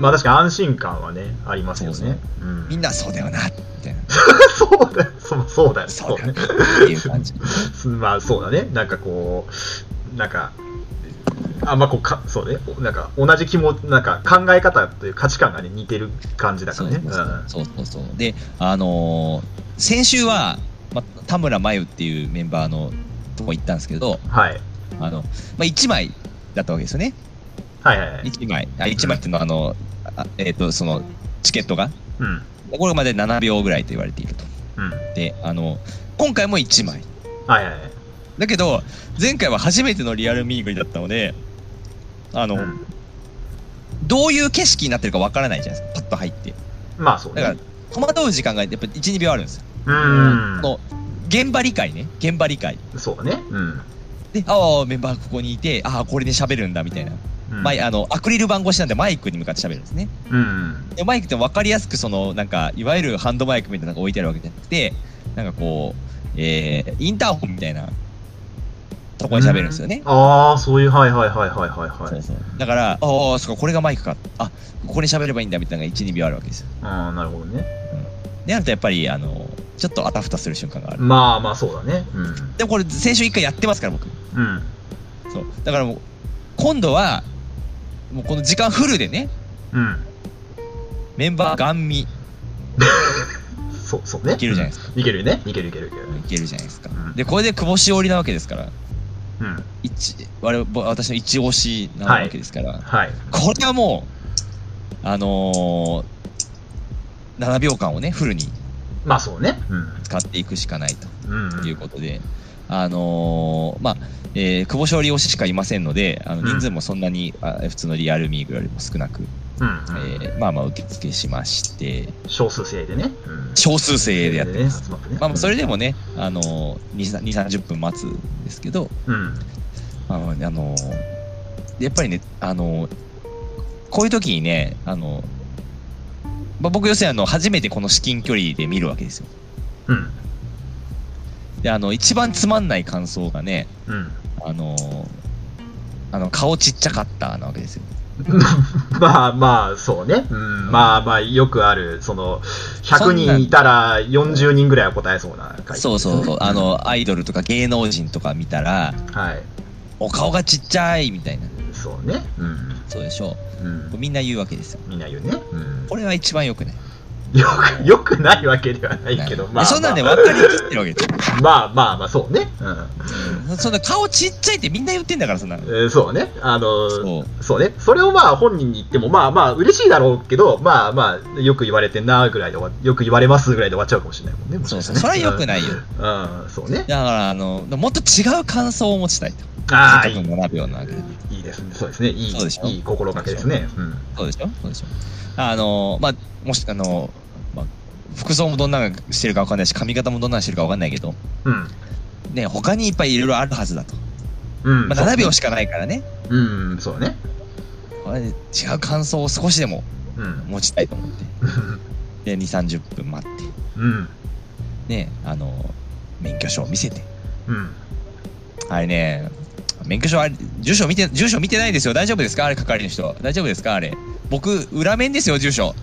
S1: まあ確かに安心感はね、ありますよね。
S2: そうそう
S1: うん
S2: みんなそうだよなみたいな
S1: そうだよ。そうそうだよ。
S2: そうだ
S1: ね
S2: よなっていう感じ
S1: まあそうだね、なんかこう、なんか、あんまこうか、そうね、なんか同じ気も、なんか考え方という価値観がね、似てる感じだか
S2: そ
S1: ら
S2: う
S1: ね。
S2: そうそうそうであのー先週は、まあ、田村真由っていうメンバーのとこ行ったんですけど
S1: うんはい。
S2: あの、まあ、1枚だったわけですよね
S1: はいはいはい。
S2: 1枚あ1枚っていうのはあのあえっ、とそのチケットが
S1: うん。
S2: これまで7秒ぐらいと言われていると
S1: うん。
S2: であの今回も1枚
S1: はいはいはい。
S2: だけど前回は初めてのリアルミーグリだったのであの、
S1: うん
S2: どういう景色になってるかわからないじゃないですかパッと入って
S1: まあそう
S2: だか
S1: ね
S2: ら。戸惑う時間がやっぱ12秒あるんですよ
S1: う
S2: その現場理解ね現場理解
S1: ん。そうだね。うん。
S2: でああメンバーここにいてああこれで喋るんだみたいな、
S1: うん
S2: マイあのアクリル板越しなんでマイクに向かって喋るんですね
S1: うん。
S2: でマイクって分かりやすくそのなんかいわゆるハンドマイクみたいなのが置いてあるわけじゃなくてなんかこう、えーインターホンみたいなとこに喋るんですよね、
S1: ああ、そういう、はいはいはいはいはいは
S2: そう
S1: い。
S2: そうだからああそうかこれがマイクかあここで喋ればいいんだみたいなのが12秒あるわけですよ
S1: ああ、なるほどね。
S2: であるとやっぱりあのちょっとあたふたする瞬間がある
S1: まあまあそうだね。うん。
S2: でもこれ先週一回やってますから僕
S1: うん。
S2: そうだからもう今度はもうこの時間フルでね
S1: うん。
S2: メンバーガン見い
S1: そう、そうね。
S2: けるじゃないですか、
S1: いけるね。いけるいけるいける。
S2: いけるじゃないですか
S1: うん
S2: でこれで久保しおりなわけですから
S1: うん。
S2: 一我々私の一押しなわけですから、
S1: はい。
S2: これはもうあのー、7秒間をねフルに
S1: まあそうね。
S2: 使っていくしかないと
S1: うん。うん。
S2: いうことで、あのーまあ、えー久保勝利推ししかいませんので、あの
S1: うん
S2: 人数もそんなに、あ普通のリアルミーグよりも少なく、
S1: うんうん
S2: えーまあまあ受付しまして、
S1: 少数制でね。うん
S2: 少数制でやってます。
S1: 集まってね。
S2: まあまあそれでもね、あのー、2、3 30分待つんですけど、
S1: うん。
S2: あのあのーやっぱりね、あのーこういう時にね、あのーまあ、僕要するにあの初めてこの至近距離で見るわけですよ。
S1: うん。
S2: で、あの、一番つまんない感想がね、
S1: うん。
S2: あのーあの顔ちっちゃかったなわけですよ。
S1: まあまあ、そうね。うん。まあまあ、よくある、その、100人いたら40人ぐらいは答えそうな回
S2: そうそうそう、あ、の、アイドルとか芸能人とか見たら、
S1: はい。
S2: お顔がちっちゃいみたいな、
S1: そうね。うん。
S2: そうでしょ
S1: うん。
S2: みんな言うわけですよ。
S1: みんな言うね。うん。
S2: これは一番良くない。
S1: よく、 よくないわけではないけど、
S2: はい
S1: まあ。
S2: でそんなんね、
S1: ま
S2: 分かりきってるわけですよ。
S1: あまあまあまあ、そうね。うん
S2: うんそんな顔ちっちゃいってみんな言ってんだから、そんなの。
S1: えー。そうね。あの、
S2: そう
S1: そうね、それをまあ本人に言っても、まあまあ嬉しいだろうけど、まあまあ、よく言われてんなぐらいで終わ、よく言われますぐらいで終わっちゃうかもしれないもんね、もし
S2: そ
S1: か
S2: う
S1: し
S2: そ
S1: た
S2: う、
S1: ら
S2: それは
S1: ね
S2: 良くないよ。
S1: うん、うんそうね。
S2: だから、あの、もっと違う感想を持ちたいと。
S1: ああ、
S2: せっ
S1: い
S2: かくの7秒なわけで。
S1: いいいですね、そうですね、いい
S2: そうでしょ
S1: いい心がけですね。うん
S2: そうでしょそうでしょあの、まあ、もし、あの、まあ、服装もどんなのしてるかわかんないし、髪型もどんなのしてるかわかんないけど、
S1: うん
S2: ね、他にいっぱいいろいろあるはずだと。
S1: うん
S2: まあ、7秒しかないからね、
S1: うん、そうね。
S2: これ違う感想を少しでも
S1: うん。
S2: 持ちたいと思って、で、2、30分待って、
S1: うん。
S2: ね、あの、免許証を見せて、
S1: うん。
S2: あれね、免許証あれ、住所見て、住所見てないですよ、大丈夫ですかあれ、係の人、大丈夫ですかあれ、僕、裏面ですよ、住所。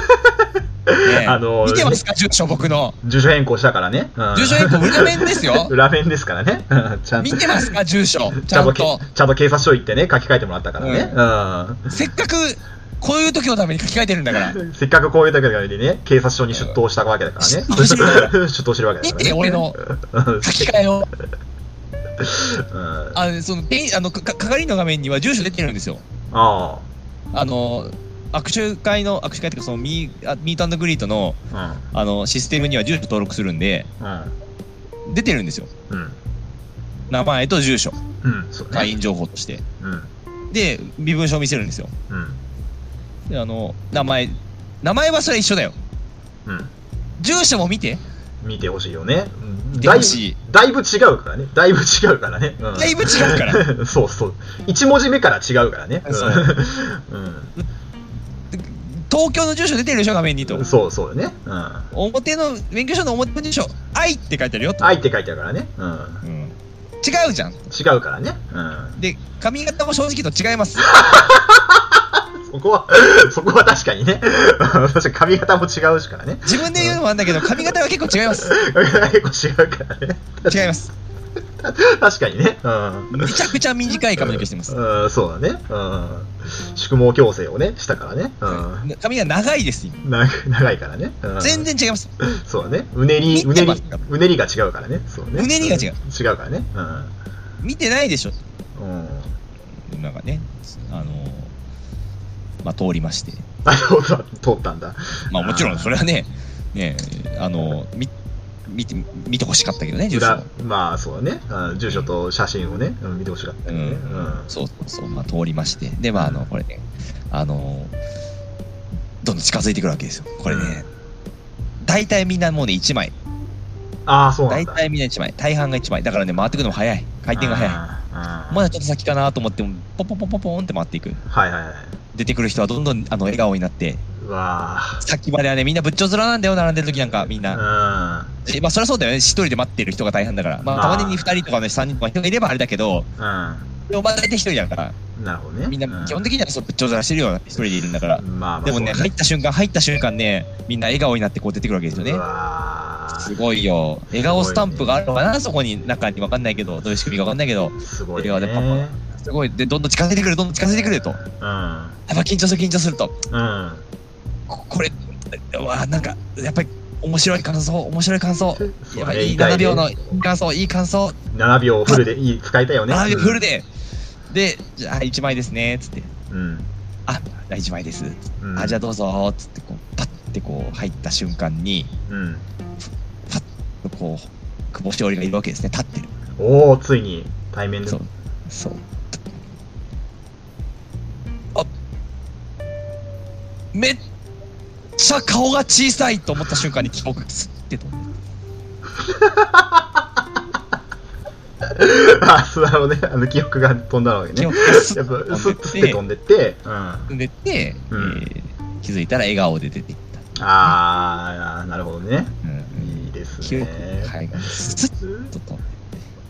S2: ね、
S1: あの
S2: 見てますか、住所、僕の。
S1: 住所変更したからね。うん。
S2: 住所変更、裏面ですよ
S1: 裏面ですからね。うんちゃん
S2: 見
S1: と。
S2: てますか、住所、ち
S1: ちゃ
S2: ゃ
S1: んと
S2: ん
S1: け
S2: と。
S1: ちゃんと警察署行ってね、書き換えてもらったからね。うん
S2: せっかく、こういう時のために書き換えてるん だから。
S1: せっかくこういうだけだからね、警察署に出頭したわけだからね。
S2: 出頭してるわけ だ
S1: 出頭してるわけだからね。
S2: 見て俺の
S1: うん。
S2: 書き換えを。
S1: うんあ
S2: あのその、ペンあの、かか係員の画面には住所出てるんですよ。
S1: あ。
S2: あの、握手会の、握手会っていうか、そのミー、あミートグリートの、
S1: う
S2: あの、システムには住所登録するんで、
S1: ん。
S2: 出てるんですよ。
S1: うん。
S2: 名前と住所、
S1: うん、そう
S2: 会
S1: ね。
S2: 員情報として。
S1: うん、
S2: で、身分証を見せるんですよ。
S1: うん、
S2: で、あの、名前、名前はそれは一緒だよ。
S1: うん。
S2: 住所も見て。
S1: 見てほしいよね。うん
S2: 見てほしい
S1: だいぶ、だいぶ違うからね。だいぶ違うからね。うん
S2: だいぶ違うか ら。
S1: そうそう。一文字目から違うからね。
S2: そうん東京の住所出てるでしょ、画面にと
S1: うん。。そうそうだね。うん。
S2: 表の、免許証の表の住所、愛って書いてあるよと。
S1: 愛って書いてあるからね。うん。
S2: うん。違うじゃん。
S1: 違うからね。うん。
S2: で、髪型も正直と違います。
S1: そこは、 そこは確かにね。確かに髪型も違うしからね。
S2: 自分で言うのもなんだけど、髪型は結構違います。
S1: 髪型結構違うからね。
S2: 違います。
S1: 確かにね。うん。
S2: めちゃくちゃ短い髪の毛してます。
S1: うん、そうだね。うん。宿毛矯正をね、したからね。うん。
S2: 髪が長いです、今。
S1: な長いからね。うん、
S2: 全然違います。
S1: そうだね。うねり、うね
S2: 見て
S1: り
S2: ますから、
S1: うねりが違うからね。そうね。
S2: うねりが違う。
S1: 違うからね。
S2: 見てないでしょ。
S1: うん。うん。
S2: なんかね、あのまあ、通りまして。
S1: なるほど、通ったんだ。
S2: まあ、もちろん、それはね、ね、あのみ見て、見てほしかったけどね、住所
S1: 裏
S2: も。、
S1: まあそうだね。うん住所と写真をね、うん見てほしかった
S2: う
S1: よね。
S2: ん、そうそうそう、まあ、通りまして。で、まあ、あの、これね、あのどんどん近づいてくるわけですよ。これね、大体みんなもうね、1枚。
S1: ああ、そうなん
S2: 大
S1: だ。
S2: 体みんな1枚。大半が1枚。だからね、回ってくるのも早い。回転が早い。
S1: あー
S2: まだちょっと先かなと思っても、ポンポンポンポンポンって回っていく。
S1: はいはいはい。
S2: 出てくる人はどんどんあの笑顔になって、
S1: うわ
S2: 先まではね、みんな仏頂面なんだよ、並んでる時なんか、みんな。
S1: あ。
S2: えまあ、そりゃそうだよね、一人で待ってる人が大変だから。まあ、
S1: まあ
S2: たまに2人とかね、3人とか人がいればあれだけど、
S1: うん。
S2: でも、まあ、大体一人だから、
S1: うん。なるほどね。
S2: みん
S1: う
S2: な、基本的にはそう仏頂面してるよ、一人でいるんだから。
S1: まあまあ
S2: でもね、
S1: そう
S2: 入った瞬間、入った瞬間ね、みんな笑顔になってこう出てくるわけですよね
S1: う。わ
S2: すごいよ。笑顔スタンプがあるのかな、そこに、中にわかんないけど、どういう仕組みかわかんないけど、
S1: ーすごいね。
S2: 笑顔でパンすごい。で、どんどん近づいてくる、どんどん近づいてくると。
S1: うん。
S2: やっぱ緊張する、緊張すると。
S1: うん。
S2: ここれ、うわなんか、やっぱり面白い感想、面白い感想。
S1: そう
S2: やっ
S1: だ
S2: ぱ
S1: ね
S2: いい
S1: 痛
S2: 7
S1: いね
S2: 秒のいい感想、いい感想、
S1: 7秒フルでいい、使えたよね。
S2: 7秒フルで。で、じゃあ1枚ですね、つって。
S1: うん。
S2: あ、1枚です。
S1: うん。
S2: あ、じゃあどうぞ、つって、こう、パッてこう、入った瞬間に、
S1: うん。
S2: こう、久保しおりがいるわけですね、立ってる。
S1: おお、ついに対面で
S2: そう。そう。あ、めっちゃ顔が小さいと思った瞬間に、僕、つってと。
S1: あ、そうなのね。あの、記憶が飛んだわけ
S2: 記
S1: ね。
S2: 憶がす
S1: や
S2: っ
S1: っ
S2: と
S1: ぱ、スッ
S2: 飛ん
S1: と
S2: で
S1: ス
S2: て
S1: って飛んでって、うん。あ
S2: 住んでて、
S1: うん
S2: えー気づいたら笑顔で出ていった。
S1: あー、なるほどね。
S2: うん
S1: いいです
S2: 記
S1: ね
S2: 憶。はい、スッとと。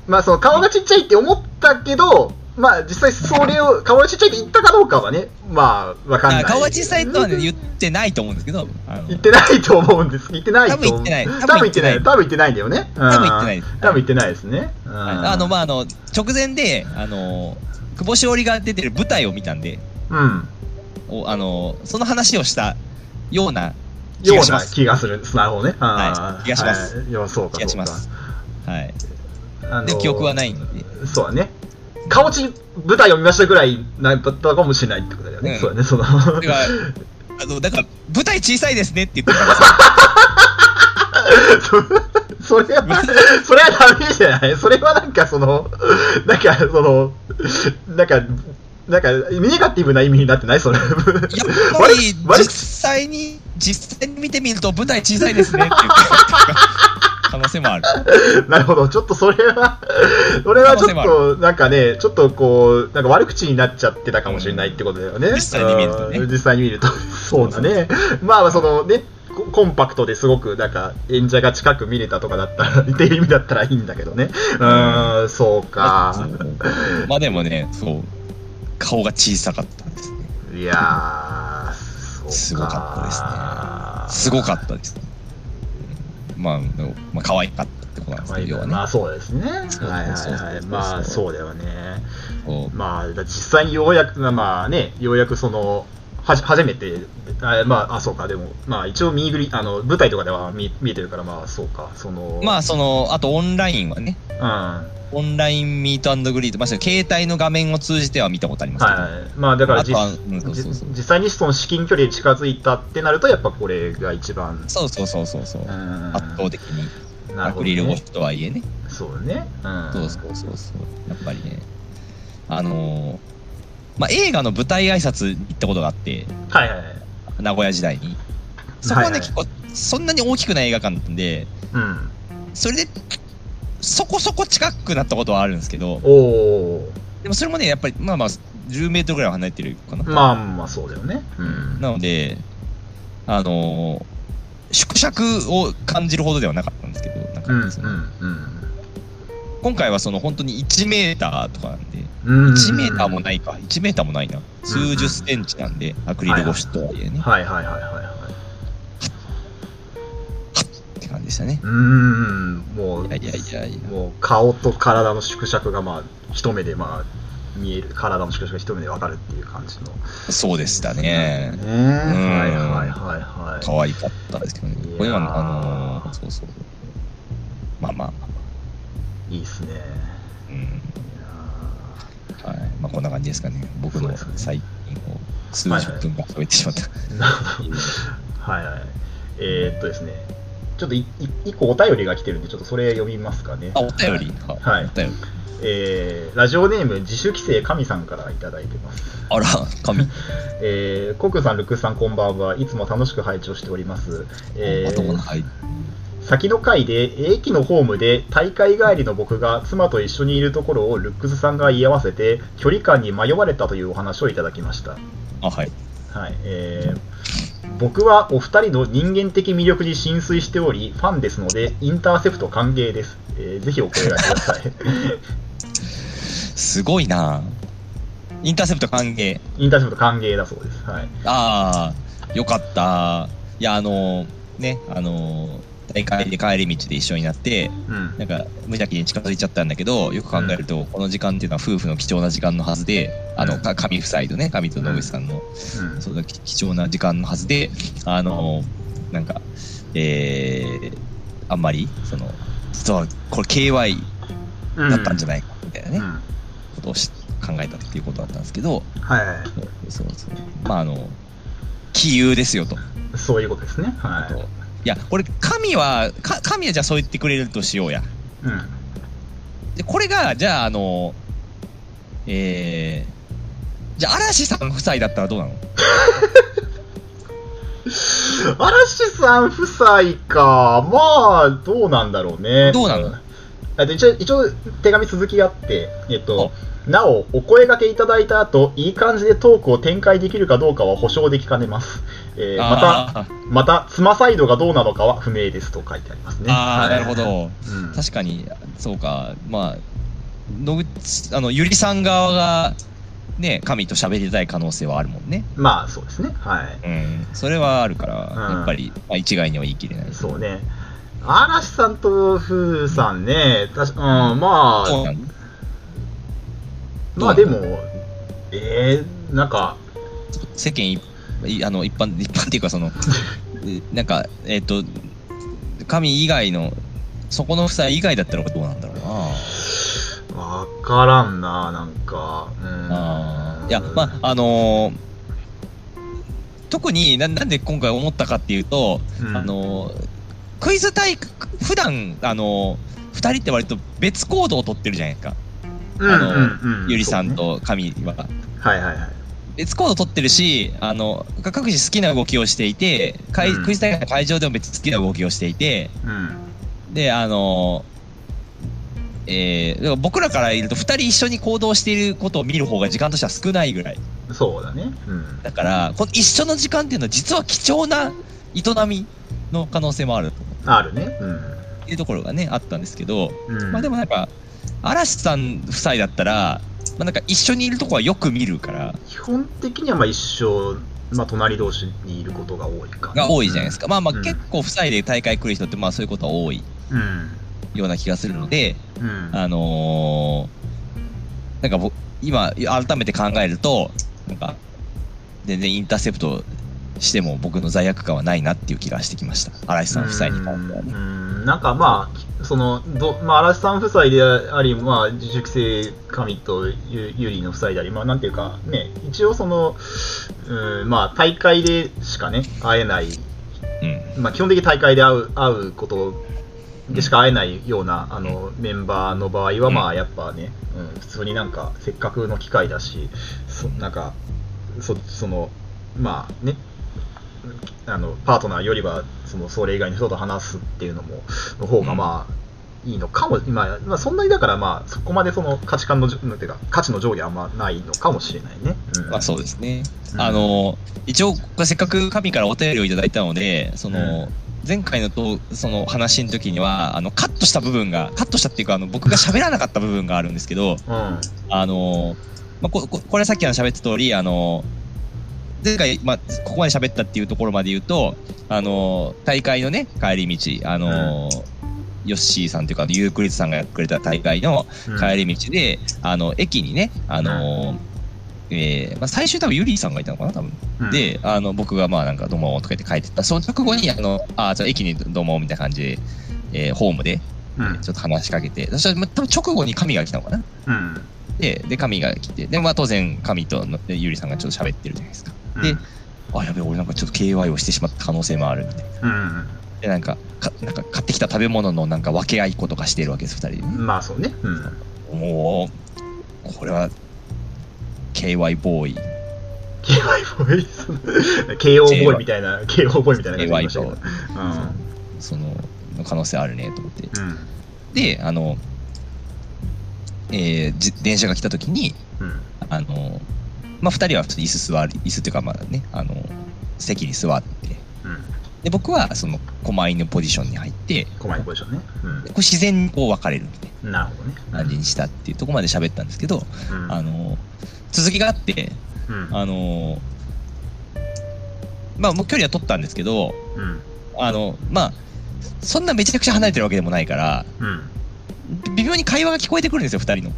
S1: まあその顔がちっちゃいって思ったけど、まあ実際それを顔がちっちゃいって言ったかどうかはね、まあわかんない。
S2: あ顔が小さいとは、ね、
S1: 言
S2: 言ってないと思うんですけど、あの
S1: ってないと思うんです。言ってないと思う。
S2: 多分言ってない
S1: 多分言ってない。多分言ってないんだよね。多
S2: 多分言ってないです。
S1: 多分言ってないですね。うん
S2: あの、まあ、あの、直前で、あの、久保しおりが出てる舞台を見たんで、
S1: うん。
S2: おあの、その話をしたような気
S1: よ
S2: が
S1: う
S2: しま
S1: な
S2: す。
S1: 気がする。なるほどね。
S2: はい気がします
S1: はい。いやそうかそうか。
S2: 気がします。はい。
S1: あの
S2: で、記憶はないんで。
S1: そうだね。顔ち、舞台を見ましたぐらいだったかもしれないってことだよね。
S2: うん
S1: そうだね、その。
S2: だから、あの、だから、舞台小さいですねって言ってたんです
S1: そ そ れ は、それはダメじゃないそれはなんかその、なんかその、なんか、なんか、ネガティブな意味になってないそれ。
S2: よ。やっぱり、
S1: 悪
S2: 実
S1: い
S2: 際に、実際に見てみると、舞台小さいですねって言ってた可能性もある。
S1: なるほど。ちょっとそれ は、それはちょ
S2: 可能性も
S1: っ
S2: あ
S1: と、なんかね、ちょっとこう、なんか悪口になっちゃってたかもしれないってことだよね。
S2: 実際に見るとね
S1: うん実際に 見ると。そうだね。まあ、そのね、ココンパクトですごく、なんか、演者が近く見れたとかだったら、っていう意味だったらいいんだけどね。うーん、そう か。
S2: まあでもね、そう、顔が小さかったんですね。
S1: いやー、そうか
S2: すごかすごかったです。まあ、でもまあ、可愛かったってことなんです
S1: まあ
S2: けど、要はね
S1: まあそうですね。はい
S2: そう
S1: はいはい。まあ
S2: そ
S1: そうだよね。
S2: こ
S1: まあだ実際にようやく、まあね、ようやくその、はじ初めて、あまあ、あ、そうか、でも、まあ一応見ぐり、あの、舞台とかでは見見えてるから、まあそうか、その、
S2: うまあ、その、あとオンラインはね、
S1: あ、
S2: オンラインミートグリート、まあ、それ携帯の画面を通じては見たことあり
S1: うん。
S2: ますけど、
S1: はい。まあだから
S2: あと
S1: 実、
S2: は、うん、そう
S1: じ
S2: そうそう。
S1: 実際にその至近距離で近づいたってなると、やっぱこれが一番、
S2: そうそうそうそうそうう。
S1: ん
S2: 圧倒的に、
S1: な
S2: ア
S1: るほどね
S2: クリル越しとはいえね。
S1: そうね。うん。
S2: そうそうそうそう。やっぱりね。あのーまあ、映画の舞台挨拶に行ったことがあって、
S1: はいはいはい。
S2: 名古屋時代に。そこは
S1: はいは
S2: ね、
S1: い
S2: 結構、そんなに大きくない映画館なんで、
S1: うん。
S2: それで、そこそこ近くなったことはあるんですけど、
S1: おお。
S2: でもそれもね、やっぱり、まあまあ、10メートルぐらいは離れてるかな。
S1: まあまあそうだよね。うん。
S2: なので、あのー縮尺を感じるほどではなかったんですけど、なん
S1: うんうん
S2: かその
S1: うん。
S2: 今回はその本当に1メーターとかなんで、
S1: うん
S2: 1メーターも
S1: い。
S2: ないか、1メーターもないな、数十センチなんで、アクリル越しとはいえね、
S1: はいはいはいはいはい。
S2: って感じでしたね。
S1: うーん、もう、
S2: いやいやいやいや、
S1: もう顔と体の縮尺がまあ一目でまあ見える、体の縮尺が一目でわかるっていう感じの。
S2: そうでしたね。
S1: ねはいはいはいはい。
S2: 可愛かったですけどね。これは、あのーそうそう。まあまあ、
S1: いいっすね。いや
S2: うん。はい。まあこんな感じですかね。僕の最近を数十分が超えてしまった。
S1: ーなるほどはいはい。えー、っとですね、ちょっといい一個お便りが来てるんで、ちょっとそれ読みますかね。
S2: あ、お便り。は
S1: はい
S2: お便り。
S1: えーラジオネーム自主規制神さんからいただいてます。
S2: あら、神。
S1: えー、コクさん、ルクさん、こんばんは。いつも楽しく拝聴しております。え
S2: まともな
S1: ー、
S2: はい。
S1: 先の回で駅のホームで大会帰りの僕が妻と一緒にいるところをルックスさんが言い合わせて距離感に迷われたというお話をいただきました、
S2: あ、はい。
S1: はいえー僕はお二人の人間的魅力に浸水しておりファンですのでインターセプト歓迎です、えーぜひお声がけください
S2: すごいなインターセプト歓迎。
S1: インターセプト歓迎だそうです、はい、
S2: ああ、よかった。いや、あのね、あの大会で帰り道で一緒になって、
S1: うん
S2: なんか無邪気に近づいちゃったんだけど、よく考えると、この時間っていうのは夫婦の貴重な時間のはずで、あ
S1: う
S2: の、
S1: ん
S2: か上夫妻とね、上と野口さんの、
S1: うん
S2: その貴貴重な時間のはずで、あのなんか、えー、あんまり、その、実はこれ KY
S1: う
S2: だったんじ
S1: ゃ
S2: ゃないか、みたいな
S1: う
S2: ね、
S1: ん
S2: ことをし考えたっていうことだったんですけど、
S1: はいは
S2: そうそう。まあ、あの、杞憂ですよと。
S1: い、そういうことですねはい
S2: いや、これ、神は、か神はじゃあそう言ってくれるとしようや。
S1: うん
S2: で、これが、じゃあ、あの、えー、じゃあ、嵐さん夫妻だったらどうなの
S1: 嵐さん夫妻か、まあ、どうなんだろうね。
S2: どうなの
S1: あと一応、一応手紙続きがあって、えっと
S2: お、
S1: なお、お声掛けいただいた後、いい感じでトークを展開できるかどうかは保証できかねます。えーま
S2: あー
S1: た、また、妻サイドがどうなのかは不明ですと書いてありますね。
S2: あー、なる
S1: は
S2: ほ
S1: い。
S2: ど。
S1: うん、
S2: 確かに、そうか。まあ、野口、あの、ゆりさん側が、ね、神と喋りたい可能性はあるもんね。
S1: まあ、そうですね。はい。
S2: うん。それはあるから、
S1: うん
S2: やっぱり、まあ、一概には言い切れない。
S1: そうね。嵐さんと夫さんね、たしうん、まあ、
S2: そうなの
S1: まあでも、えー、なんか、
S2: 世間一いあの一般一般っていうかその えなんかえっ、と神以外のそこの夫妻以外だったらどうなんだろう
S1: わからんな、なんか。う
S2: な、
S1: ん。
S2: いやまああのー特にななんで今回思ったかっていうと、
S1: うん
S2: あのークイズ大会普段あのー、2人って割と別行動を取ってるじゃないですか、
S1: うん、
S2: あの
S1: うんうん
S2: ゆりさん
S1: そうね
S2: と神は。
S1: はいはいはい。
S2: 別コード取ってるし、あの、各自好きな動きをしていて、会
S1: うん
S2: クイズ大会の会場でも別に好きな動きをしていて、
S1: うん。
S2: で、あの、えー、だから僕らからいると2人一緒に行動していることを見る方が時間としては少ないぐらい。
S1: そうだね。うん。
S2: だから、この一緒の時間っていうのは実は貴重な営みの可能性もある
S1: あるね。
S2: っていうところがね、あったんですけど、
S1: うん。うん、
S2: まあでもなんか、嵐さん夫妻だったら、まあなんか一緒にいるとこはよく見るから、
S1: 基本的にはまあ一緒、まあ隣同士にいることが多いかな。
S2: が多いじゃないですか。まあまあ
S1: うん
S2: 結構夫妻で大会来る人ってまあそういうことは多い
S1: うん。
S2: ような気がするので、
S1: うん。
S2: あのーなんか僕、今改めて考えると、なんか、全然インターセプトしても僕の罪悪感はないなっていう気がしてきました。荒井さん夫妻に関してはね。
S1: うんなんかまあ、そのど、まあ、嵐さん夫妻であり、まあ、自主規制神とゆゆりの夫妻であり、まあ、なんていうか、ね、一応その、うん、まあ、大会でしかね、会えない、
S2: うん。
S1: まあ、基本的に大会で会う会うことでしか会えないようなあのメンバーの場合は、まあやっぱね、うん、普通になんかせっかくの機会だし、そなんかそそのまあね、あのパートナーよりはそのそれ以外の人と話すっていうのもの方がまあ、いいのかも、まあ、まあそんなにだからまあそこまでその価値観のじょなんていうか価値の上下はあんまないのかもしれないね。うん
S2: まあそうですね。
S1: うん
S2: あの、一応、せっかく神からお便りをいただいたので、そうの、前回のと、その話の時には、あの、カットした部分が、カットしたっていうか、あの、僕が喋らなかった部分があるんですけど、
S1: うん
S2: あの、まあ、こここれさっきの喋った通り、あの、前回、まあ、ここまで喋ったっていうところまで言うと、あの、大会のね、帰り道、あの、ヨッシーさんというか、あのユークリッドさんがやってくれた大会の、帰り道で、あの駅にね、あのえーまあ、最終多分ユリーさんがいたのかな多分、
S1: うん、
S2: であの僕がまあなんか「どうも」とか言って帰ってったその直後にあのあじゃあ駅に「どうも」みたいな感じで、えーホームで
S1: うん
S2: ちょっと話しかけてそしたらまあ多分直後に神が来たのかな
S1: うん
S2: でで神が来てで、まあ、当然神とのでユリさんがちょっと喋ってるじゃないですかであやべえ俺なんかちょっと KY をしてしまった可能性もあるみたい
S1: う
S2: な
S1: ん、
S2: でなんかかなんか買ってきた食べ物のなんか分け合いっことかしてるわけです二人でね
S1: うん、まあそうね、うん、
S2: もう、これは、KY ボーイ、
S1: KY ボーイその KO ボーイみたいな KO ボーイみたいな感じで言い
S2: KY
S1: ましたけ
S2: ボ
S1: ど
S2: ーイ、その、の可能性あるねと思って。
S1: うん
S2: で、あの、えーじ電車が来た時に、
S1: うん
S2: あの、まあ、二人は普通に椅子座り、椅子っていうか、まあね、あの、席に座って、
S1: うん
S2: で、僕は、その、狛犬ポジションに入って、
S1: 細いポジションね、
S2: こう自然にこう分かれるみたい
S1: うん、なるほどね
S2: な感じにしたっていうところまで喋ったんですけど、
S1: うん
S2: あの、続きがあって、
S1: うん
S2: あの、まあ、もう距離は取ったんですけど、
S1: うん
S2: あの、まあ、そんなめちゃくちゃ離れてるわけでもないから、
S1: うん
S2: 微妙に会話が聞こえてくるんですよ、二人の。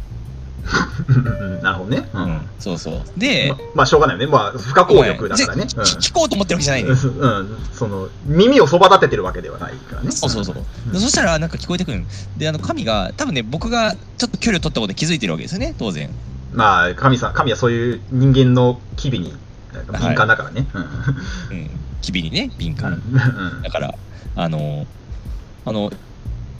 S1: うんなるほどね、う
S2: うんん。そうそう。で
S1: ま、まあしょうがないよねまあ不可抗力だからね
S2: ぜ聞聞こうと思ってるわけじゃない
S1: うん
S2: のよ。
S1: うん、その耳をそば立ててるわけではないからね。
S2: そうそうそう。
S1: う
S2: で
S1: ん
S2: そしたら、なんか聞こえてくる。で、あの、神が、多分ね、僕がちょっと距離を取ったことで気づいてるわけですよね、当然。
S1: まあ神さん神はそういう人間の機微になんか敏感だからね。
S2: うん。機微にね、敏
S1: うん
S2: 感。だから、あの、あの、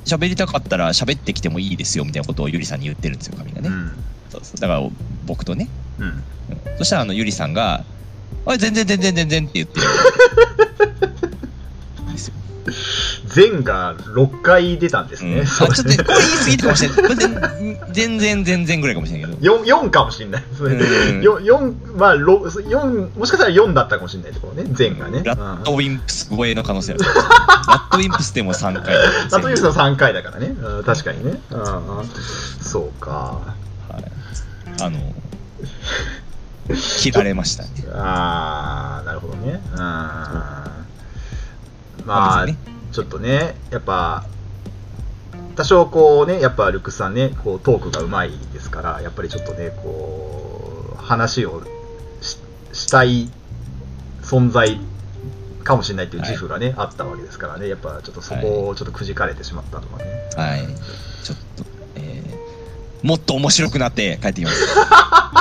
S2: 喋りたかったら喋ってきてもいいですよ、みたいなことをゆりさんに言ってるんですよ、神
S1: う
S2: が
S1: んう
S2: ね。
S1: ん
S2: そうそう。だから、僕とね。
S1: うん
S2: うんそしたら、あの、ゆりさんが、あ、全然全然全然って言ってる。ですよ
S1: 前が6回出たんです
S2: うん、
S1: ね。
S2: あち
S1: そ
S2: ょ
S1: う
S2: っとこれ言い過ぎたかもしれない。これ全全然全然ぐらいかもしれないけど。
S1: 4, 4かもしれないですね。
S2: うん
S1: よ4、まあ、ろ4もしかしたら4だったかもしれないところね、前がね。
S2: ラ
S1: うん
S2: ットウィンプス超えの可能性ある。ラットウィンプスでも3回。
S1: あというのは3回だからね、うん確かにね。うんそうか。
S2: はい、あの、切られましたね。
S1: あー、なるほどね。うんま
S2: ま
S1: あ
S2: あ別、にね
S1: ちょっとね、やっぱ、多少こうね、やっぱルックスさんね、こうトークがうまいですから、やっぱりちょっとね、こう、話をししたい存在かもしれないっていう自負がね、あったわけですからね、やっぱちょっとそこをちょっとくじかれてしまったとかね。
S2: はい。ちょっと、えー、もっと面白くなって帰ってき ます。
S1: ま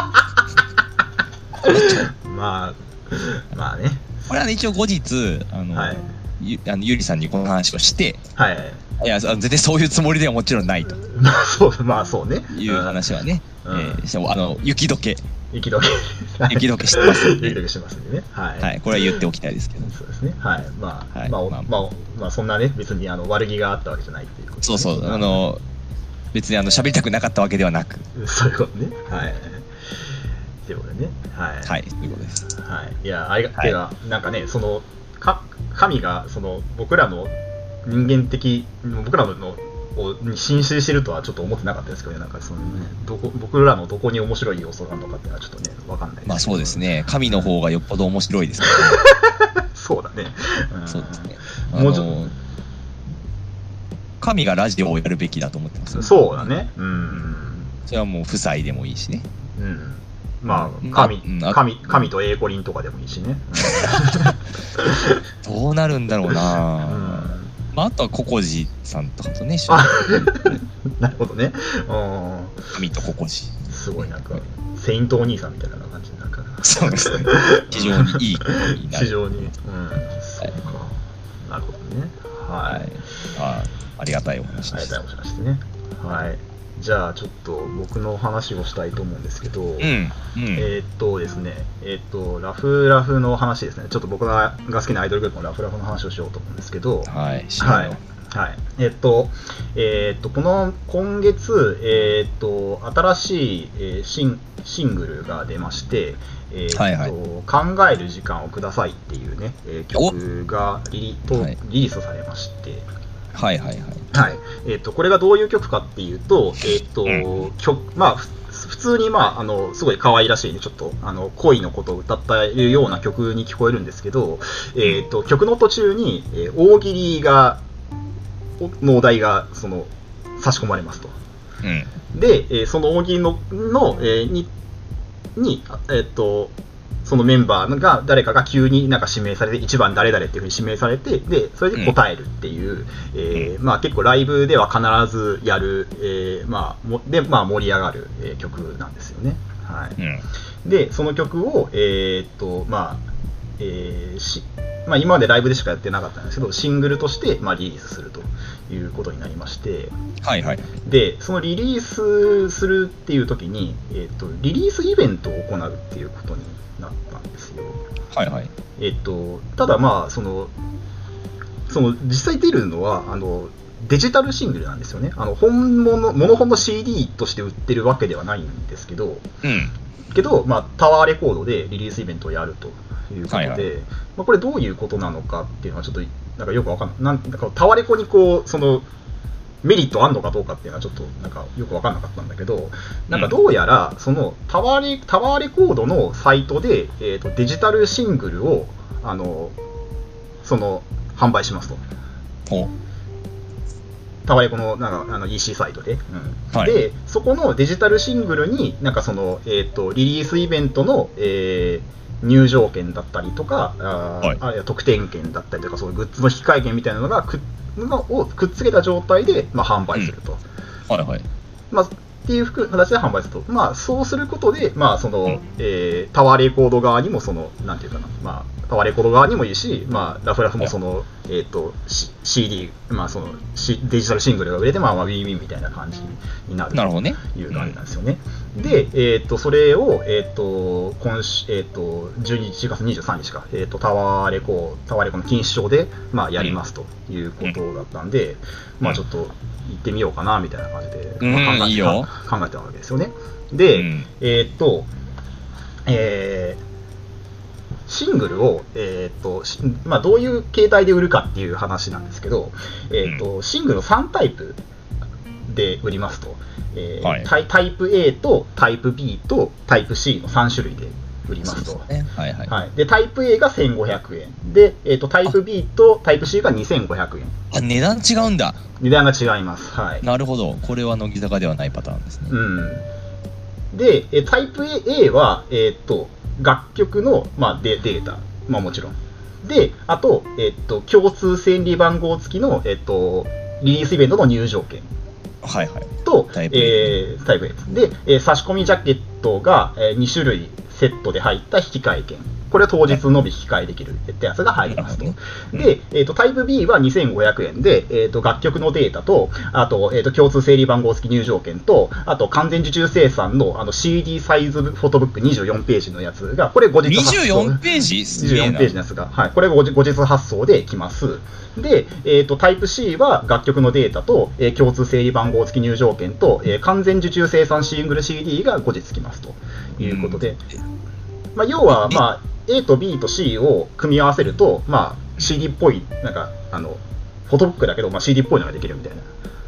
S1: あ、まあね。
S2: これはね、一応後日、あの、
S1: はい。
S2: ゆあのゆりさんにこの話をして、
S1: はい。
S2: いや、あの全然そういうつもりではもちろんないと
S1: まあそう、まあそうね。
S2: いう話はね、
S1: うん
S2: えーしてもあの、雪解け、
S1: 雪解 け。
S2: 雪解けしてますん
S1: 雪解
S2: で、
S1: けしてますんでね。はい。
S2: はい、これは言っておきたいですけど、
S1: そうですね。はい。まあ、
S2: はい
S1: まあ、ま
S2: ま
S1: あ
S2: あ、
S1: まあ、まあそんなね、別にあの悪気があったわけじゃないっていうこと、ね。
S2: そうそう、あ
S1: は
S2: の、別にあの喋りたくなかったわけではな
S1: い。
S2: く、
S1: そういうことね。はい。ってことでね。はい。は
S2: はい、ということです。
S1: い。い、や、あれが、
S2: はい
S1: てか、なんかね、その、か神が、その、僕らの人間的、僕らの、をに浸水してるとはちょっと思ってなかったですけどね、なんかその、ね、どこ僕らのどこに面白い要素があるのかっていうのはちょっとね、わかんないけど
S2: まあそうです。ね、神の方がよっぽど面白いですか
S1: そうだね。ん
S2: ら、そうですね。
S1: もうちょっと
S2: あの神がラジオをやるべきだと思ってます。
S1: そうだ。ね。うん。
S2: それはもう夫妻でもいいしね。
S1: うん。まあ、
S2: う
S1: 神、
S2: んあ
S1: 神、神とエーコリンとかでもいいしね。
S2: どうなるんだろう
S1: う
S2: な、
S1: ん。
S2: まあ、あとはココジさんとかとね、一緒に
S1: あ なるほどね。う
S2: 神とココジ。
S1: ん。すごいなんか、セイントお兄さんみたいな感じになんか、
S2: そうですね。非常にいいことになる。
S1: 非常に。うん。そうか。なるほどね。
S2: は。
S1: はい
S2: あ、ありがたいお話
S1: あ
S2: で
S1: り
S2: し
S1: がたい
S2: た。
S1: お話ですね。はい。じゃあ、ちょっと僕の話をしたいと思うんですけど、
S2: うん、うん、
S1: えーっとですね、えーっと、ラフラフの話ですね。ちょっと僕が好きなアイドルグループのラフラフの話をしようと思うんですけど、
S2: はい、し
S1: はい。はい。えっと、えっと、この今月、えっと、新しい、えーシンシングルが出まして、えっと、
S2: はいはい
S1: 考える時間をくださいっていうね、えー曲がリリと
S2: はい
S1: リリースされまして、
S2: はい、はい、はい。
S1: はい。えっと、これがどういう曲かっていうと、えっと、
S2: う
S1: 曲、まあ、ふ普通に、まあ、あの、すごい可愛らしいね、ちょっと、あの、恋のことを歌ったような曲に聞こえるんですけど、えっと、曲の途中に、えー大喜利が、おのお題が、その、差し込まれますと。
S2: うん、
S1: で、えーその大喜利の、の、えーに、に、あえーっと、そのメンバーが、誰かが急になんか指名されて、1番誰々っていうふうに指名されて、で、それで答えるっていう、えーまあ結構ライブでは必ずやる、えーまあ、もで、まあ盛り上がる、えー曲なんですよね。はい。
S2: うん、
S1: で、その曲を、えーっと、まあ、えーし、まあ、今までライブでしかやってなかったんですけど、シングルとして、まあ、リリースするということになりまして、
S2: はい、はい。
S1: で、そのリリースするっていう時に、えっと、リリースイベントを行うっていうことになったんですよ。
S2: はい、はい。
S1: えっと、ただまあ、その、その実際出るのは、あの、デジタルシングルなんですよね。あの、本物、モノ本の CD として売ってるわけではないんですけど、
S2: うん、
S1: けど、まあ、タワーレコードでリリースイベントをやるということで、
S2: はいはい
S1: まあ、これどういうことなのかっていうのはちょっとなんかよくわかんないなんなんかタワレコにこうそのメリットあんのかどうかっていうのはちょっとなんかよくわかんなかったんだけどなんかどうやらそのタワーレタワーレコードのサイトで、えー、とデジタルシングルをあのその販売しますと。
S2: お、
S1: タワレコのなんかあの EC サイトで、うん
S2: はい
S1: でそこのデジタルシングルになんかその、えー、とリリースイベントの、えー入場券だったりとかあー、
S2: はい
S1: あるいは特典券だったりとかそういうグッズの引換券みたいなのがくのをくっつけた状態で、まあ、販売すると、
S2: はい、はい。
S1: まあ、っていう形で販売すると、まあ、そうすることで、まあその
S2: うん
S1: えータワーレコード側にもその、なんていうかな、まあ、タワーレコード側にもいいし、まあ、ラフラフもその、えー、と C- CD、まあその C、デジタルシングルが売れて、まあ、まあウィンウィンみたいな感じになる
S2: なるほどね。
S1: という感じなんですよね。で、えー、とそれを、えーと今週えー、と11月23日か、えー、とタワーレコタワーレコの禁止症で、まあ、やりますということだったんで、まあ、ちょっと行ってみようかなみたいな感じで、
S2: うん
S1: まあ考え
S2: いいよ
S1: 考えてたわけですよね。
S2: う
S1: で、
S2: ん、
S1: えーっと、えーシングルを、えーっとしまあ、どういう形態で売るかっていう話なんですけど、えーっとシングルの3タイプで売りますと、えー
S2: はい
S1: タイタイプ A とタイプ B とタイプ C の3種類で売りま
S2: そう
S1: す
S2: です
S1: と。
S2: ね。はい、はい。
S1: はい、でタイプ A が1500円で、えーっとタイプ B とタイプ C が2500円
S2: あ、値段違うんだ。
S1: 値段が違います、はい、
S2: なるほど。これは乃木坂ではないパターンですね。
S1: うん、で、えタイプ A は、えーっと楽曲の、まあ、デデータ、まあ、もちろん。で、あと、えーっと共通戦利番号付きの、えーっとリリースイベントの入場券
S2: はい、はい。
S1: と
S2: タイプ A
S1: えータイプ A です。で、えー差し込みジャケットが、え2種類セットで入った引き換え券。これは当日のみ引き換えできるってやつが入りますと。で、えー、とタイプ B は2500円で、えー、と楽曲のデータと、あと,、えー、と共通整理番号付き入場券と、あと完全受注生産のあの CD サイズフォトブック24ページのやつが、これ後日発送
S2: 24ページすげえ
S1: 24
S2: な
S1: ページのやつが、はい、これ後日後日発送できます。で、えー、とタイプ C は楽曲のデータと、えー共通整理番号付き入場券と、えー完全受注生産シングル CD が後日付きますということで、まあ、要は、
S2: え
S1: まあ、A と B と C を組み合わせると、まあ、CD っぽい、なんか、あの、フォトブックだけど、まあ、CD っぽいのができるみたいな。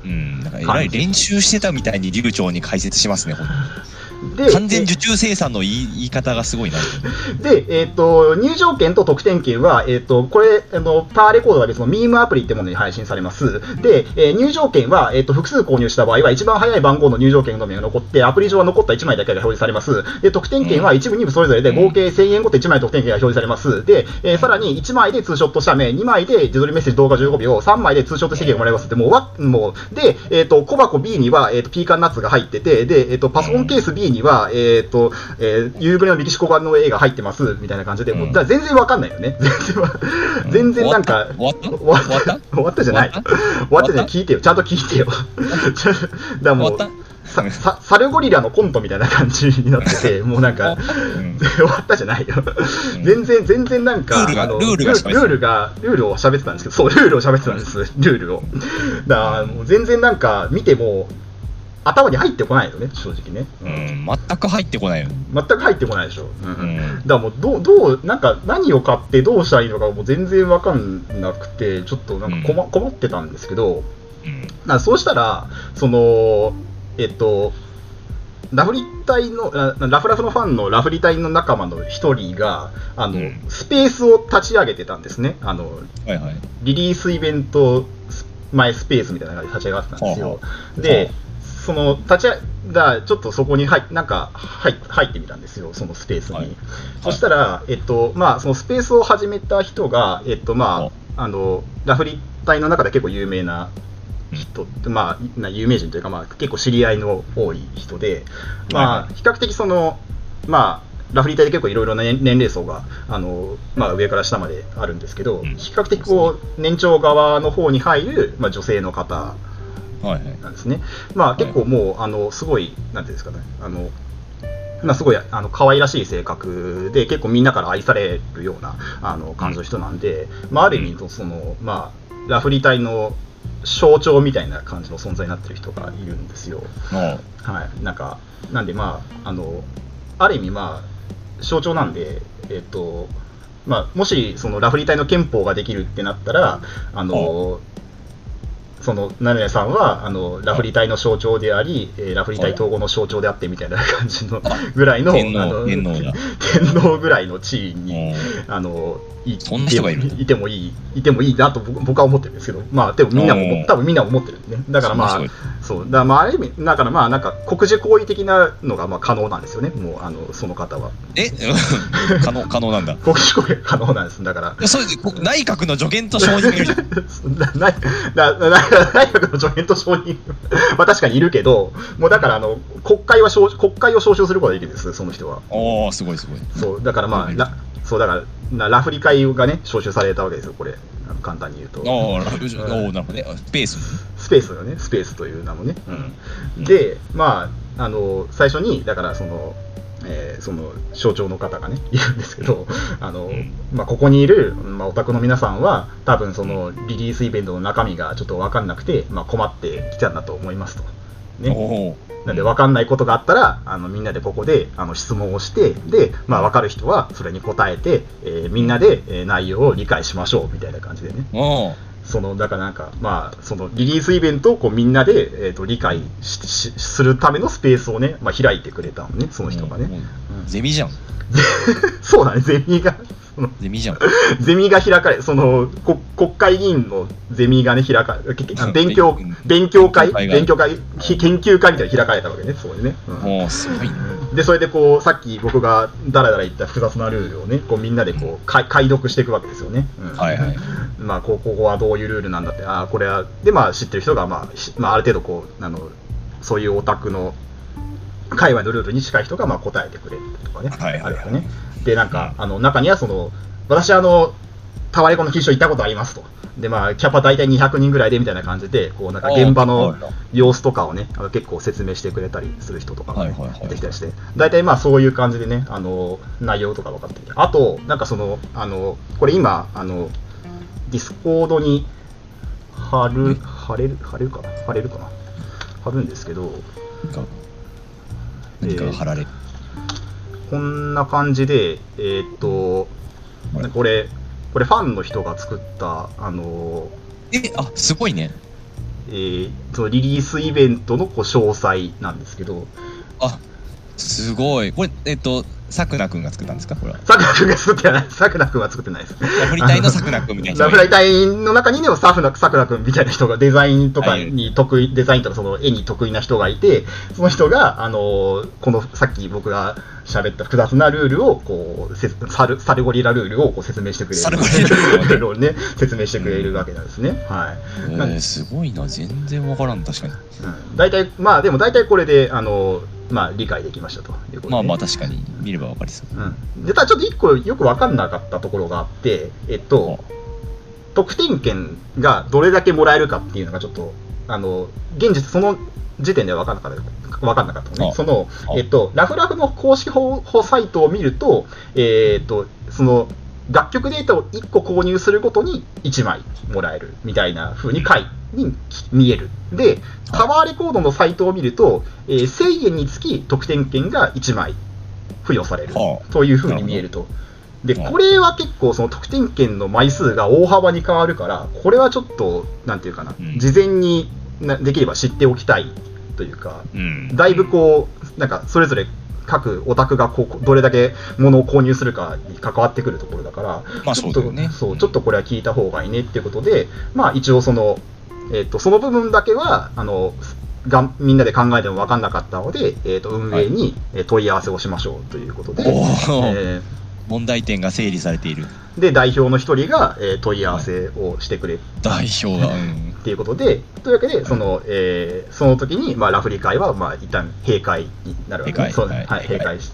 S2: うん、なんかえらい練習してたみたいに流暢に解説しますね、ほんと
S1: で、
S2: 完全受注生産の言い言い方がすごいな。
S1: で、えっ、と、入場券と特典券は、えっ、と、これ、あの、パーレコードが別のミームアプリってものに配信されます。で、えー入場券は、えっ、と、複数購入した場合は、一番早い番号の入場券のみが残って、アプリ上は残った1枚だけが表示されます。で、特典券は一部、二部それぞれで合計1000円ごと1枚特典券が表示されます。で、えーさらに1枚でツーショット写メ、2枚で自撮りメッセージ動画15秒、3枚でツーショット席がもらえますって、もうわ、もう、で、えっ、と、小箱 B には、えっ、と、ピーカンナッツが入ってて、で、えっ、と、パソコンケース B にには、えっ、と、えー、夕暮れのメキシコ版の映画入ってます、みたいな感じで、もう
S2: うん
S1: だから全然わかんないよね。 全然わ、全然なんか、
S2: 終わった
S1: 終わっ
S2: 終わっ た
S1: 終わったじゃない。
S2: 終
S1: 終
S2: わ
S1: わったじゃない。聞いてよ。ちゃんと聞いてよ。 ちゃだからも
S2: 終わっ
S1: うさ
S2: た、
S1: さサルゴリラのコントみたいな感じになってて、もうなんか、
S2: うん
S1: 終わったじゃないよ。
S2: ん
S1: 全然、全然なんか、
S2: ルールが
S1: あの
S2: ルールが喋ってた
S1: ルールが、ルールを喋ってたんですけど、そう、ルールを喋ってたんです、ルールを。だから、もう全然なんか、見ても、頭に入ってこないよね、正直ね。
S2: うん、全く入ってこないよ。
S1: 全く入ってこないでしょ。
S2: うん
S1: だからもうどう、どう、なんか、何を買ってどうしたらいいのか、もう全然わかんなくて、ちょっとなんか困、
S2: う
S1: 困ってたんですけど、
S2: うん
S1: なそうしたら、その、えっと、ラフリ隊の、ララフラフのファンのラフリ隊の仲間の一人が、あの、
S2: うん
S1: スペースを立ち上げてたんですね。あの、
S2: はいはい。
S1: リリースイベント前スペースみたいな感じで立ち上がってたんです
S2: ほ
S1: よ。
S2: う
S1: で
S2: ほ、
S1: その立ち上が、ちょっとそこに入っなんか入入ってみたんですよ、そのスペースに。
S2: はい
S1: そしたら、えっとまあ、そのスペースを始めた人が、えっとまあ、あのラフリ隊の中で結構有名な人って、まあ、な有名人というか、まあ、結構知り合いの多い人で、
S2: はい
S1: ま
S2: は
S1: あ、比較的その、まあ、ラフリー隊で結構いろいろな年年齢層があの、まあ、上から下まであるんですけど、
S2: うん
S1: 比較的こう年長側の方に入る、まあ、女性の方
S2: はいはい。
S1: なんですね、まあ、結構もう、あのすごい、なんていうんですかね、あのまあ、すごいあの可愛らしい性格で、結構みんなから愛されるようなあの感じの人なんで、まあ、ある意味、そのまあ、ラフリー隊の象徴みたいな感じの存在になってる人がいるんですよ。
S2: の、
S1: はい、なんか、なんで、まあ、あの、ある意味、まあ、象徴なんで、えっと、まあ、もし、その、ラフリー隊の憲法ができるってなったら、あの、その、ナナさんは、あの、ラフリー隊の象徴であり、えーラフリー隊統合の象徴であって、みたいな感じの、ぐらいの、
S2: 天皇
S1: あの
S2: 天皇だ
S1: 天皇ぐらいの地位に、
S2: も
S1: あの、い
S2: そんな人がいるんだ
S1: いてもいい、いてもいいなと僕僕は思ってるんですけど、まあ、でもみんな
S2: お
S1: も
S2: ー、
S1: 多分みんな思ってるんでね。だからま
S2: そ
S1: あ
S2: んな、
S1: そう、だからまあ、ある意味、だからまあ、なんか、国事行為的なのがまあ可能なんですよね、もう、あの、その方は。
S2: うえ 可能、可能なんだ。
S1: 国事行為が可能なんです、だから。
S2: そうですこ内閣の助言と承認がいる じゃん。
S1: なななな内閣の助言と承認 は確かにいるけど、もうだからあの国会は招国会を招集することができるんです、その人は。
S2: おおすごいすごい。
S1: そう、だからまあ、
S2: うん
S1: ラそうだからなラフリ会がね、招集されたわけですよ、これ、あの簡単に言うと。
S2: おーラブジョおーなるほどね。スペース。
S1: スペースよね、スペースという名もね。
S2: うん
S1: で、まあ、あの最初に、だからその、えーその象徴の方がね、 いるんですけど、あの
S2: うん
S1: まあ、ここにいる、まあ、お宅の皆さんは、多分そのリリースイベントの中身がちょっと分かんなくて、まあ、困ってきたんだと思いますと。ね、
S2: おお
S1: なんで分かんないことがあったらあのみんなでここであの質問をしてで、まあ、分かる人はそれに答えて、えーみんなで、えー内容を理解しましょうみたいな感じでね
S2: おー
S1: そのだからなんか、まあ、そのリリースイベントをこうみんなで、えー、と理解ししするためのスペースをね、まあ、開いてくれたのね、その人がね。
S2: もうもう
S1: うん
S2: ゼミじゃん。
S1: そうだね、ゼミが、その
S2: ゼミじゃん。
S1: ゼミが開かれ、そのこ国会議員のゼミがね、開かれ、けけあの勉強
S2: うん、
S1: 勉強会、
S2: 勉強会が
S1: 勉強会、ひ研究会みたいなの開かれたわけね、そこでね。うん
S2: おおすごいね。
S1: でそれでこうさっき僕がだらだら言った複雑なルールをねこうみんなでこう解解読していくわけですよね。うん
S2: はいはい
S1: まあこうここはどういうルールなんだってああこれはでまあ知ってる人が、まあしまあ、ある程度こうあのそういうオタクの界隈のルールに近い人がまあ答えてくれるとかね、
S2: はいはいはい
S1: あるよね。でなんかあの中にはその私あのタワレコの決勝行ったことありますと。でまあ、キャパ大体200人ぐらいでみたいな感じで、こうなんか現場
S2: お
S1: の
S2: ーはい
S1: 様子とかをね、あの結構説明してくれたりする人とかもね
S2: はいはいはい
S1: 出てきたりして、大体まあそういう感じでね、あの内容とか分かってきて、あと、なんかその、あのこれ今、あのディスコードに貼る、貼れる、貼れるかな、貼れるかな、貼るんですけど、
S2: 何か何かが貼られる。
S1: こんな感じで、えーっと、
S2: はい
S1: これ、これ、ファンの人が作った、あの、
S2: えあすごいね。
S1: えーそのリリースイベントのこう詳細なんですけど、
S2: あすごい。これえっとさくらくんが作ったんですかこれ は。
S1: さくらくんが作ってない、さくらくんは作ってないです。
S2: ラフリ隊のさくらくんみたいな人
S1: ラ
S2: がい
S1: フ
S2: る。
S1: ライ隊の中にでもサフナ、さくらくんみたいな人が、デザインとか
S2: はい
S1: に得意、デザインとかその絵に得意な人がいて、その人が、あのー、この、さっき僕が喋った複雑なルールを、こう、せサル、サルゴリラルールをこう説明してくれる。
S2: サルゴリラルールをね
S1: をね、 説明してくれるわけなんですね。はい。
S2: えーすごいな全然わからん確かに。
S1: うん大体、まあでも大体これで、あのー、まあ、理解できましたということで、
S2: まあまあ確かに見ればわかりそう。
S1: うん、でただちょっと一個よく分かんなかったところがあって、えっと、得点権がどれだけもらえるかっていうのがちょっと、あの、現実その時点では分かんなかった。分かんなかったのね。
S2: あ
S1: その
S2: あ、
S1: えっと、ラフラフの公式法サイトを見ると、えっと、その、楽曲データを1個購入するごとに1枚もらえるみたいな風に書いに見える。で、タワーレコードのサイトを見ると、えー1000円につき得点券が1枚付与される
S2: はあ
S1: というふうに見えると。で、
S2: はい
S1: これは結構その得点圏の枚数が大幅に変わるから、これはちょっと、なんていうかな、
S2: うん
S1: 事前になできれば知っておきたいというか、
S2: うん。
S1: だいぶこう、なんかそれぞれ各オタクがこうどれだけ物を購入するかに関わってくるところだから、
S2: まあ
S1: ちょ
S2: そ
S1: っ
S2: う
S1: と
S2: だよね。
S1: そうちょっとこれは聞いた方がいいねっていうことで、まあ、一応その、えっとその部分だけはあのがみんなで考えても分かんなかったので、えっと運営にえー問い合わせをしましょうということで、
S2: おー
S1: え
S2: 問題点が整理されている。
S1: ーで代表の一人が、えー問い合わせをしてくれっ
S2: 代表が。うん
S1: ていうことで、というわけでその、えーその時にまあ、ラフリ会はまあ一旦閉会になるわけ
S2: 閉会
S1: そう
S2: はい
S1: はい、
S2: 閉
S1: 閉
S2: 会
S1: 会し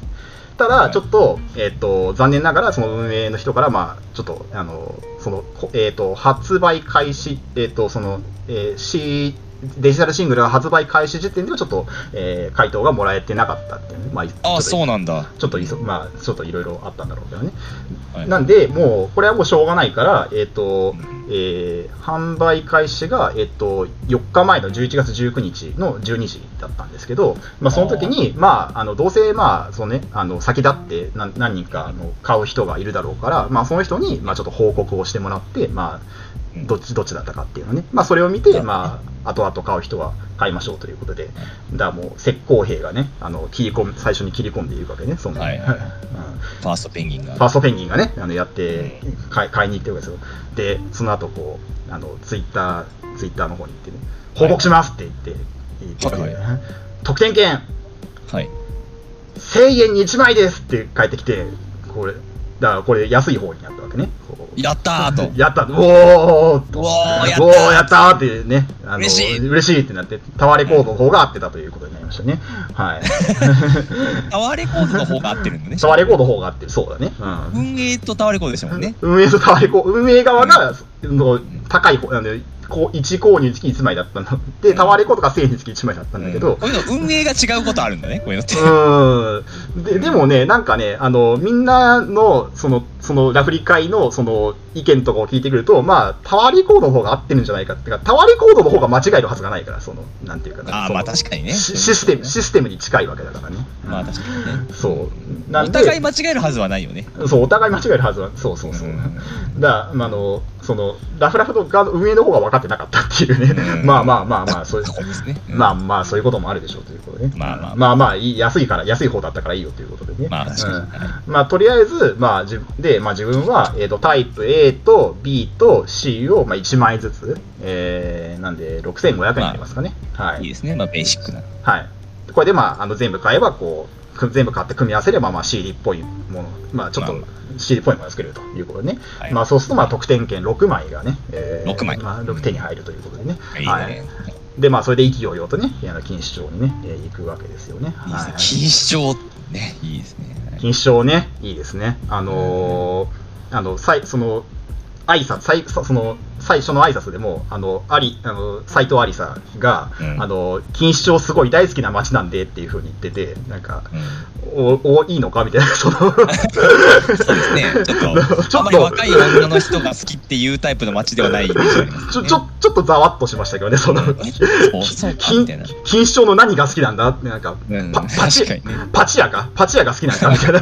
S1: たら、
S2: はい
S1: ちょっと、えっ、と、残念ながら、その運営の人から、まあ、ちょっと、あの、その、こえっ、と、発売開始、えっ、と、その、えー、C、デジタルシングルが発売開始時点では、ちょっと、えー回答がもらえてなかったっていうね、まあ、ちょっ
S2: あ
S1: と
S2: あ、そうなんだ。
S1: ちょっといそ、まあ、ちょっといろいろあったんだろうけどね。
S2: はい
S1: なんで、もう、これはもうしょうがないから、えっ、と
S2: うん、
S1: えー販売開始が、えっと、4日前の11月19日の12時だったんですけど、まあ、その時にまあ、あのどうせ、まあそのね、あの先立って何何人かあの買う人がいるだろうから、まあ、その人に、まあ、ちょっと報告をしてもらって、ま
S2: うん
S1: あ、どっちどっちだったかっていうのね、まあ、それを見て、まあ後々買う人は買いましょうということで、だからもう、石膏兵がねあの切り込む、最初に切り込んでいくわけね、その
S2: はい
S1: うん
S2: ファーストペンギンが。
S1: ファーストペンギンがね、あのやって
S2: う
S1: 買い、買いに行ってるわけですよ。で、その後こう、あのツイッター、ツイッターの方に行ってね、報告しますって言って、言ってくれる
S2: は
S1: 得点券
S2: はい。
S1: 1000円に1枚ですって返ってきて、これ、だからこれ安い方になったわけね。こう
S2: やった ーと。
S1: やったおー
S2: うおーやったー
S1: おーやったーってね、あの
S2: 嬉しい
S1: 嬉しいってなって、タワーレコードの方が合ってたということになりましたね。はい。
S2: タワーレコードの方が合ってるんだね。
S1: タワーレコードの方が合ってる、そうだね。うん。
S2: 運営とタワーレコードですもんね。
S1: 運営とタワレコ、運営側が、の高い方、あの、こう1購入につき1枚だったの。で、タワレコとか1000円につき1枚だったんだけ
S2: う
S1: ど
S2: ん、こういうの運営が違うことあるんだね、こういうのって
S1: う。ーん。で、でもね、なんかね、あの、みんなの、その、その、ラフリ会の、その、意見とかを聞いてくると、まあ、タワーレコードの方が合ってるんじゃないかってか、タワーレコードの方が間違えるはずがないから、その、なんていうかな。
S2: ああ、
S1: その
S2: まあ確かにね。
S1: シシステム、システムに近いわけだからね。
S2: まあ確かにね。
S1: そう。な
S2: お
S1: んで、
S2: 互い間違えるはずはないよね。
S1: そう、お互い間違えるはずは、そうそうそう。だからまあ、あのそのラフラフの側の運営の方が分かってなかったっていうね、
S2: うん
S1: まあまあまあまあ、そういう
S2: 過。去ですね。うん
S1: まあまあ、そういうこともあるでしょうということで、ね。
S2: まあまあ
S1: まあまあいい、安いから、安い方だったからいいよということでね。
S2: まあ確かに
S1: うん
S2: は
S1: まあ、とりあえず、まあ、自分で、まあ、自分は、えー、とタイプ A と B と C を、まあ、1枚ずつ、えーなんで6500円になりますかね。はい
S2: いいですね。まあベーシックな。
S1: はい、これで、まあ、あの全部買えばこうく全部買って組み合わせれば、まあ、CD っぽいもの、まあ、ちょっと
S2: ま
S1: CD っぽいものが作れるということでね、
S2: はい
S1: まあ、そうするとまあ得点券6枚がね、え
S2: 6枚
S1: まあ、6手に入るということでね、
S2: いい
S1: は
S2: ね。
S1: でまあ、それで意気揚々とね、あの錦糸町にね、えー行くわけですよね。
S2: いいです
S1: は
S2: ね
S1: い。
S2: 錦糸町ね、いいですね。はい
S1: 錦糸町ね、いいですね。あのーあの、さい、その、挨拶、さい、そその、最初の挨拶でも、あの、あり、あの、斎藤ありさが、
S2: うん
S1: あの、錦糸町すごい大好きな街なんでっていうふうに言ってて、なんか、
S2: うん
S1: お、お、いいのかみたいな、その、
S2: そうですね。ちょ っ
S1: ち
S2: と、
S1: ょ
S2: あ
S1: っと
S2: まり若い女の人が好きっていうタイプの街ではないイメージがありますね
S1: ちょ、ちょ、ちょっとざわっとしましたけどね、その、
S2: そう、そうか、
S1: 錦
S2: みたいな。
S1: 錦糸町の何が好きなんだって、なんか、
S2: うん、
S1: パ
S2: 確
S1: パチ
S2: かにね。
S1: パチ屋かパチ屋が好きなんだみたいな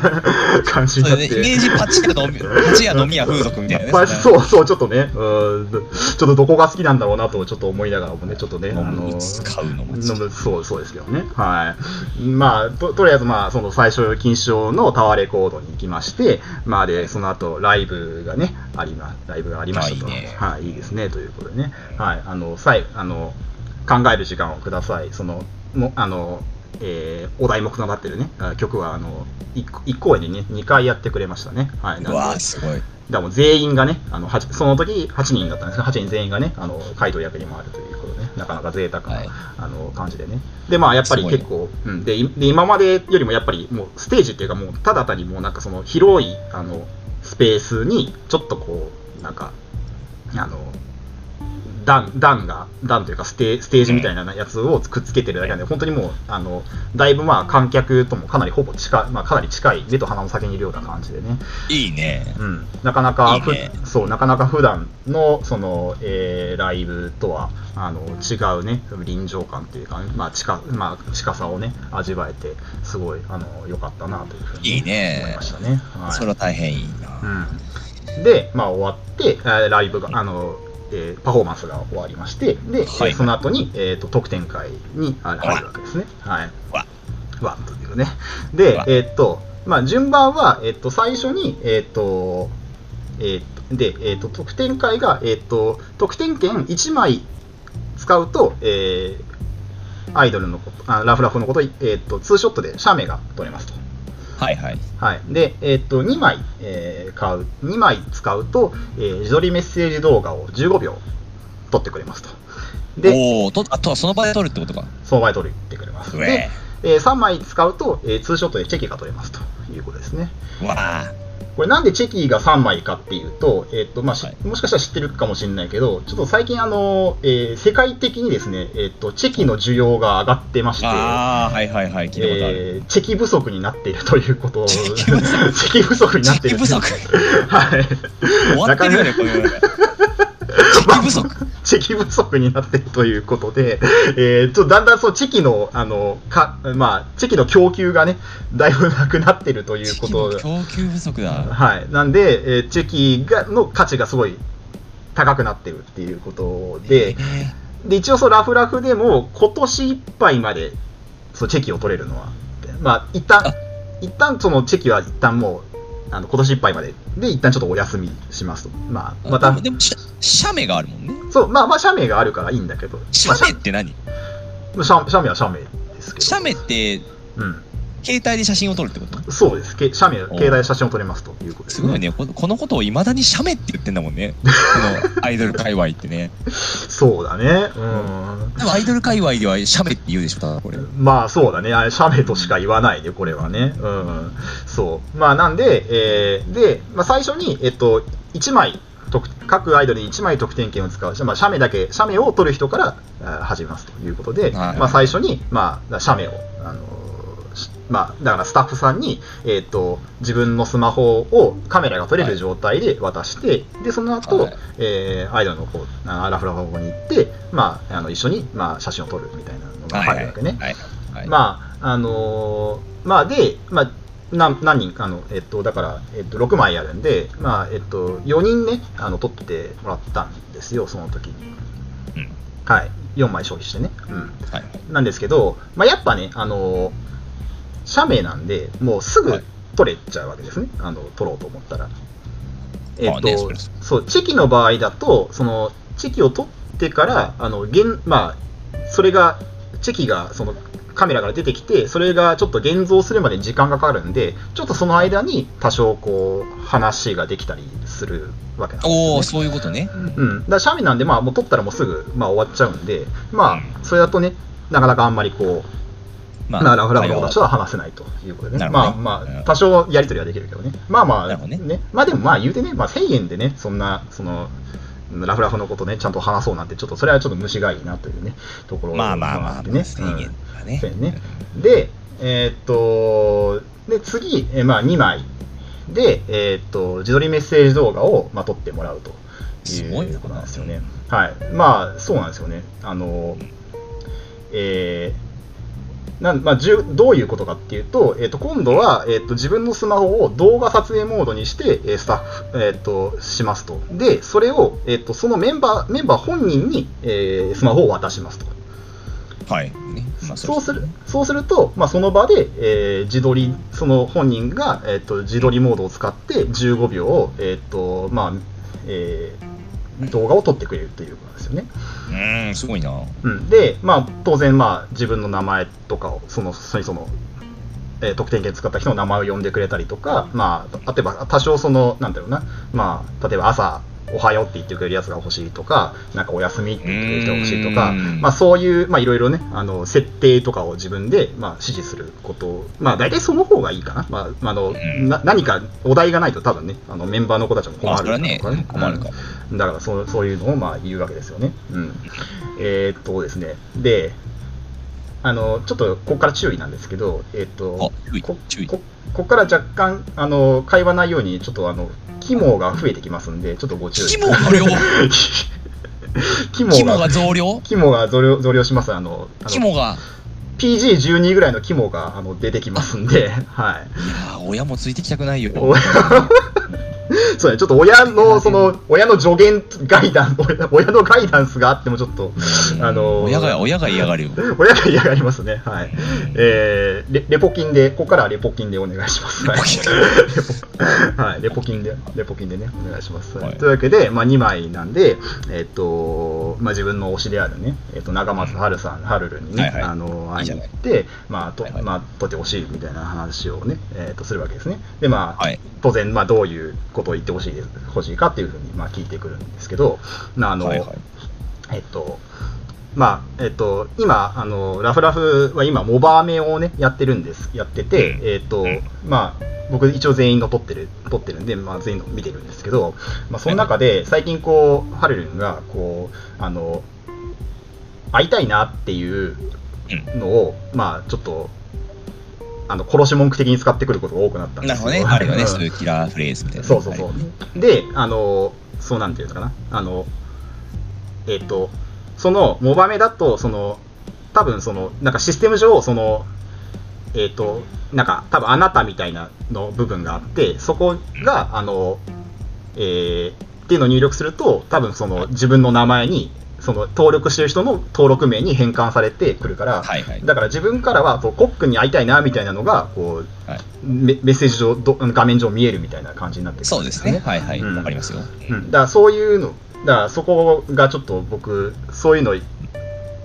S1: 感じ
S2: そう
S1: にな
S2: だ
S1: っ
S2: ね、イ
S1: て。
S2: メージパチや飲み、パチや飲みや風俗みた いなね。
S1: まあ、
S2: う。
S1: そうそう、ちょっとね、うん、ちょっとどこが好きなんだろうなと、ちょっと思いながらもね、ちょっとね、あ
S2: 飲む
S1: の、
S2: 使うのも。
S1: 飲むそうそうですけどね、はい。まあ、ととりあえず、まあ、その最初、金賞のタワーレコードに行きまして、まあ、で、その後、ライブがね、ありま、ライブがありましたと。
S2: あいいね
S1: はい、いいですね、ということでね、はい、あの、さい、あの、考える時間をください。その、も、あの、えーお題目となってるね、あ曲は、あの、1公演でね、2回やってくれましたね。はい、なんで
S2: うわあ、すごい。
S1: だからもう全員がね、あのはちその時8人だったんですが、8人全員がね、あの回答役に回るということで、ね、なかなか贅沢な、
S2: はい
S1: あの感じでね。で、まあやっぱり結構、うん、でいで今までよりもやっぱりもうステージっていうか、もうただ単にもうなんかその広いあのスペースに、ちょっとこう、なんか、あの、段段が、段というかステステージみたいなやつをくっつけてるだけなんで、本当にもう、あのだいぶまあ観客ともかなりほぼ近い、まあ、かなり近い、目と鼻の先にいるような感じでね。
S2: いいね。
S1: うん、なかなかふ
S2: いいね
S1: そうなかなか普段のその、えーライブとはあの違うね臨場感というか、まあ近まあ、近さをね味わえてすごいあの良かったなというふうに
S2: いいね
S1: 思いましたね。はい
S2: それは大変いいな。
S1: うん、で、まあ、終わってえーライブがあの、えーパフォーマンスが終わりましてで、え
S2: はい
S1: ーその後に、えー、と特典会にあ入るわけですね。はい、
S2: わ
S1: わというね。で
S2: わ、
S1: えーっと、まあ、順番は、えーっと、最初に、えーっと、えーっと、で、えーっと、特典会が、えーっと、特典券1枚使うと、えーアイドルのこと、あラフラフのこと、えーっと、ツーショットで写メが取れますと。
S2: はいはい。
S1: はい。で、えーっと、2枚、えー買う、2枚使うと、えー自撮りメッセージ動画を15秒撮ってくれますと。で、
S2: おお、とあとはその場で撮るってことか。
S1: その場で撮ってくれます。
S2: う
S1: で
S2: え、
S1: え3枚使うと、えーツーショットでチェキが取れますということですね。
S2: わあ。
S1: これなんでチェキが3枚かっていうと、えっとまあし
S2: はい
S1: もしかしたら知ってるかもしれないけど、ちょっと最近あの、えー世界的にですね、えっとチェキの需要が上がってまして、
S2: ああ、はいはいはい。聞いたことある。
S1: えーチェキ不足になっているということ
S2: チェキ
S1: 不足にな
S2: チ
S1: っ
S2: ェ
S1: ている
S2: キ不足。
S1: はい、
S2: 終わってるよね、こういうのが。チ ェキ不足。
S1: チェキ不足になっているということで、えーちょっとだんだんそうチェキのあのか、まあ、チェキの供給がね、だいぶなくなっているという
S2: チェ
S1: こ
S2: キ
S1: と
S2: の供給不足だ。
S1: はい、なんで、えーチェキがの価値がすごい高くなってるっていうことで、
S2: え
S1: で一応、そうラフラフでも今年いっぱいまでそうチェキを取れるのは、まあ、一旦
S2: あ
S1: 一旦そのチェキは一旦もうあの今年いっぱいまでで、一旦ちょっとお休みしますと、まあ、
S2: ー
S1: また
S2: でも、でも、し写メがあるもんね。
S1: そうまあ、まあ、社名があるからいいんだけど、まあ
S2: 写メって何
S1: 社社社名は社名ですけど、
S2: 写メって、
S1: うん、
S2: 携帯で写真を撮るってこと
S1: そうです、け社名、携帯で写真を撮れますということです
S2: ごいね、このこのことをいまだに写メって言ってんだもんね、このアイドル界隈っ てね。
S1: そうだね。うん
S2: でもアイドル界隈では写メって言うでしょ、ただこれ。
S1: まあそうだね、あれ、写メとしか言わないね、これはね。うん、そう。まあなんで、えーで、まあ、最初に、えっと、1枚、特各アイドルに1枚得点券を使う、まあ、写メだけ、写メを取る人からあー始めますということで、
S2: はい
S1: まあ最初に、まあ、写メを、あのーしまあ、だからスタッフさんに、えっと自分のスマホをカメラが撮れる状態で渡して、でその後、
S2: はい
S1: えーアイドルの方あラフラフの方に行って、まあ、あの一緒に、まあ、写真を撮るみたいなのが入るわけね。
S2: はいはい。
S1: まあ、あのーまあ、で、まあ、な何人かの、えっと、だから、えっと、6枚あるんで、まあ、えっと、4人ね、あの、取ってもらったんですよ、その時に。
S2: うん
S1: はい。4枚消費してね。うん。
S2: はい
S1: なんですけど、まあ、やっぱね、あのー、社名なんで、もうす
S2: は
S1: ぐ
S2: い
S1: 取れちゃうわけですね、あの取ろうと思ったら。えっ、と、
S2: あねそりゃそ
S1: そう、チェキの場合だと、そのチェキを取ってから、あの現まあ、それが、チェキがそのカメラから出てきて、それがちょっと現像するまでに時間がかかるんで、ちょっとその間に多少こう話ができたりするわけなんですよ、ね。
S2: おお、そういうことね。
S1: うん、だからシャミなんで、まあ、もう取ったらもうすぐ、まあ、終わっちゃうんで、まあ、それだとね、なかなかあんまりこう、
S2: ま
S1: まあ、ラフラフの
S2: 会
S1: 子たち
S2: 話
S1: とは話せないということでね、
S2: なるほど
S1: ま
S2: ね
S1: あま
S2: う
S1: あ、
S2: ん
S1: 多少やり取りはできるけどね、まあま
S2: な
S1: あ、
S2: るほど
S1: ね
S2: ね
S1: まあでもまあ、言うてね、まあ、1000円でね、そんな、その、ラフラフのことね、ちゃんと話そうなんて、ちょっとそれはちょっと虫がいいなというね、ところ
S2: まあまあまあ、
S1: って
S2: ま
S1: ね
S2: あ、制限がね。
S1: そうやねで、えーっと、で、次、えーまあ、2枚で、えーっと、自撮りメッセージ動画を、まあ、撮ってもらうとい
S2: すごいな
S1: うことなんですよね。はい。まあ、そうなんですよね。あの、えーなんまあ、じゅどういうことかっていうと、えー、と今度は、えー、と自分のスマホを動画撮影モードにして、えースタッフ、えー、としますと、でそれを、えー、とそのメンバーメンバー本人に、えースマホを渡しますと、
S2: はい。ねまあ
S1: そうするそうすると、まあ、その場で、えー自撮り、その本人が、えー、と自撮りモードを使って15秒を、えーとまあえー動画を撮ってくれるということなんですよね。
S2: うーん、すごいな。は
S1: うん、で、まあ、当然、まあ、自分の名前とかを、その、そのその、えー得点券使った人の名前を呼んでくれたりとか、まあ、例えば、多少その、なんだろうな、まあ、例えば朝、おはようって言ってくれるやつが欲しいとか、なんかおやすみって言ってくれる人が欲しいとか、
S2: うん
S1: まあそういう、まあいろいろね、あの、設定とかを自分で、まあ指示することを、まあ大体その方がいいかな。まあ、まああの、
S2: ん
S1: な何かお題がないと多分ね、あのメンバーの子たちも困
S2: ま
S1: る
S2: あ、それはね
S1: とか、
S2: 困るか。
S1: だからそうそういうのをまあ言うわけですよね。うん、えーっとですね、で、あのちょっとここから注意なんですけど、えーっ
S2: あ
S1: と、
S2: 注意
S1: こ、
S2: 注意。
S1: こここから若干あの会話内容にちょっとあの肝が増えてきますんで、ちょっとご注意。
S2: 肝 の量、
S1: 肝
S2: 肝
S1: が
S2: が増量、
S1: 肝が増量増量します。あのあの
S2: 肝が、
S1: PG12 ぐらいの肝があの出てきますんで、はい。
S2: いやー親もついてきたくないよ。
S1: お そうね、ちょっと親の、その、親の助言、ガイダンス、 親親のガイダンスがあってもちょっと、あのー
S2: 親が、親が嫌がるよ。
S1: 親が嫌がりますね。はい。
S2: うん
S1: えーレ、レポ金で、ここからはレポ金でお願いします。はい
S2: レポ金
S1: レポはい、レポ金で、レポ金でね、お願いします。
S2: はい
S1: というわけで、まあ、2枚なんで、えっ、と、まあ、自分の推しであるね、えっ、と、長松春さん、春るにね、
S2: はいはい
S1: あの、
S2: いい
S1: 会い
S2: じゃ
S1: に
S2: な
S1: 行
S2: い
S1: って、まあ、と、
S2: はいはい
S1: まあ、取ってほしいみたいな話をね、えっ、と、するわけですね。で、まあ、
S2: はい。
S1: 当然、まあ、どういうことを言ってほしいですほしいかっていうふうに、まあ、聞いてくるんですけど、まああの、
S2: はいはい
S1: えっと、まあ、えっと、今、あの、ラフラフは今、モバーメをね、やってるんです、やってて、
S2: うん
S1: えっと、
S2: うん
S1: まあ、僕一応全員の撮ってる、撮ってるんで、まあ全員の見てるんですけど、まあその中で、最近こう、ハルルンが、こう、あの、会いたいなっていうのを、まあちょっと、あの、殺し文句的に使ってくることが多くなったんで
S2: なる
S1: す
S2: ほ
S1: よ
S2: どね。あるよ
S1: う
S2: ね。
S1: ん
S2: そういうキラーフレーズみたいな。
S1: そうそうそう。
S2: はい
S1: で、あの、そうなんていうのかな。あの、えっ、と、その、モバメだと、その、多分その、なんかシステム上、その、えっ、と、なんか、多分あなたみたいなの部分があって、そこが、あの、えーっていうのを入力すると、多分その、自分の名前に、その、登録してる人の登録名に変換されてくるから、
S2: はいはい。
S1: だから自分からはこうコックに会いたいなみたいなのがこう、
S2: はい
S1: メメッセージ上ど画面上見えるみたいな感じになってくる
S2: そうですね。はいはい。
S1: うん
S2: わかりますよ。
S1: うん、だからそういうのだからそこがちょっと僕そういうの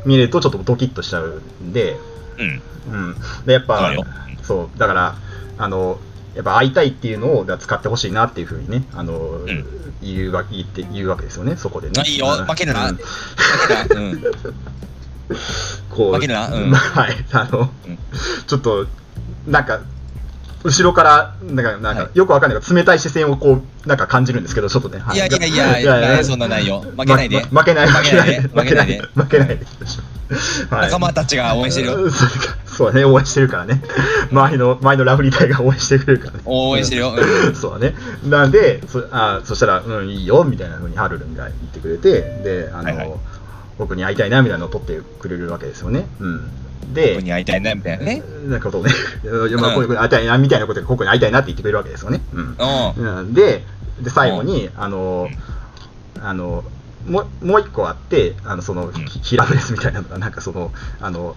S1: 見れるとちょっとドキッとしちゃうんで、
S2: うん。
S1: うん、でやっ
S2: わか
S1: ぱ
S2: るよ。
S1: そうだからあのやっぱ会いたいっていうのをだから使ってほしいなっていうふうにねあの、
S2: ん
S1: 言うわ言って言うわけですよねそこでね
S2: あいいよ負けるな
S1: うん
S2: だからうん。
S1: こう
S2: 負けるなうん
S1: はいあの、
S2: うん
S1: ちょっとなんか後ろからなんかなんか、
S2: は
S1: よくわかんないけど冷たい視線をこうなんか感じるんですけどちょっとね、はい
S2: やいやいや、そんなないよ。負けないで。
S1: まま負けない
S2: 負けないで
S1: 負けないで負
S2: 負
S1: け
S2: け
S1: な
S2: ないい
S1: で
S2: で
S1: はい
S2: 仲間たちが応援してるよ。
S1: うんそうか そうだね応援してるからね周りの周りのラブリー隊が応援してくれるからね
S2: 応援してるよ。
S1: うんそうだね。なんで、そあそしたら、うん、いいよ、みたいなふうにハルルンが言ってくれて、で、あの、
S2: はいはい
S1: 僕に会いたいな、みたいなのを取ってくれるわけですよね。うん。
S2: 僕
S1: で、
S2: に会いたいな、みたいなね。
S1: なんかことをね、 いやまあ、こういう子に会いたいな、みたいなことで、ここに会いたいなって言ってくれるわけですよね。うん
S2: うん。
S1: うん、でで最後に、あのあのもうもう一個あってあのその、ひ平フレスみたいなのがなんかそのあの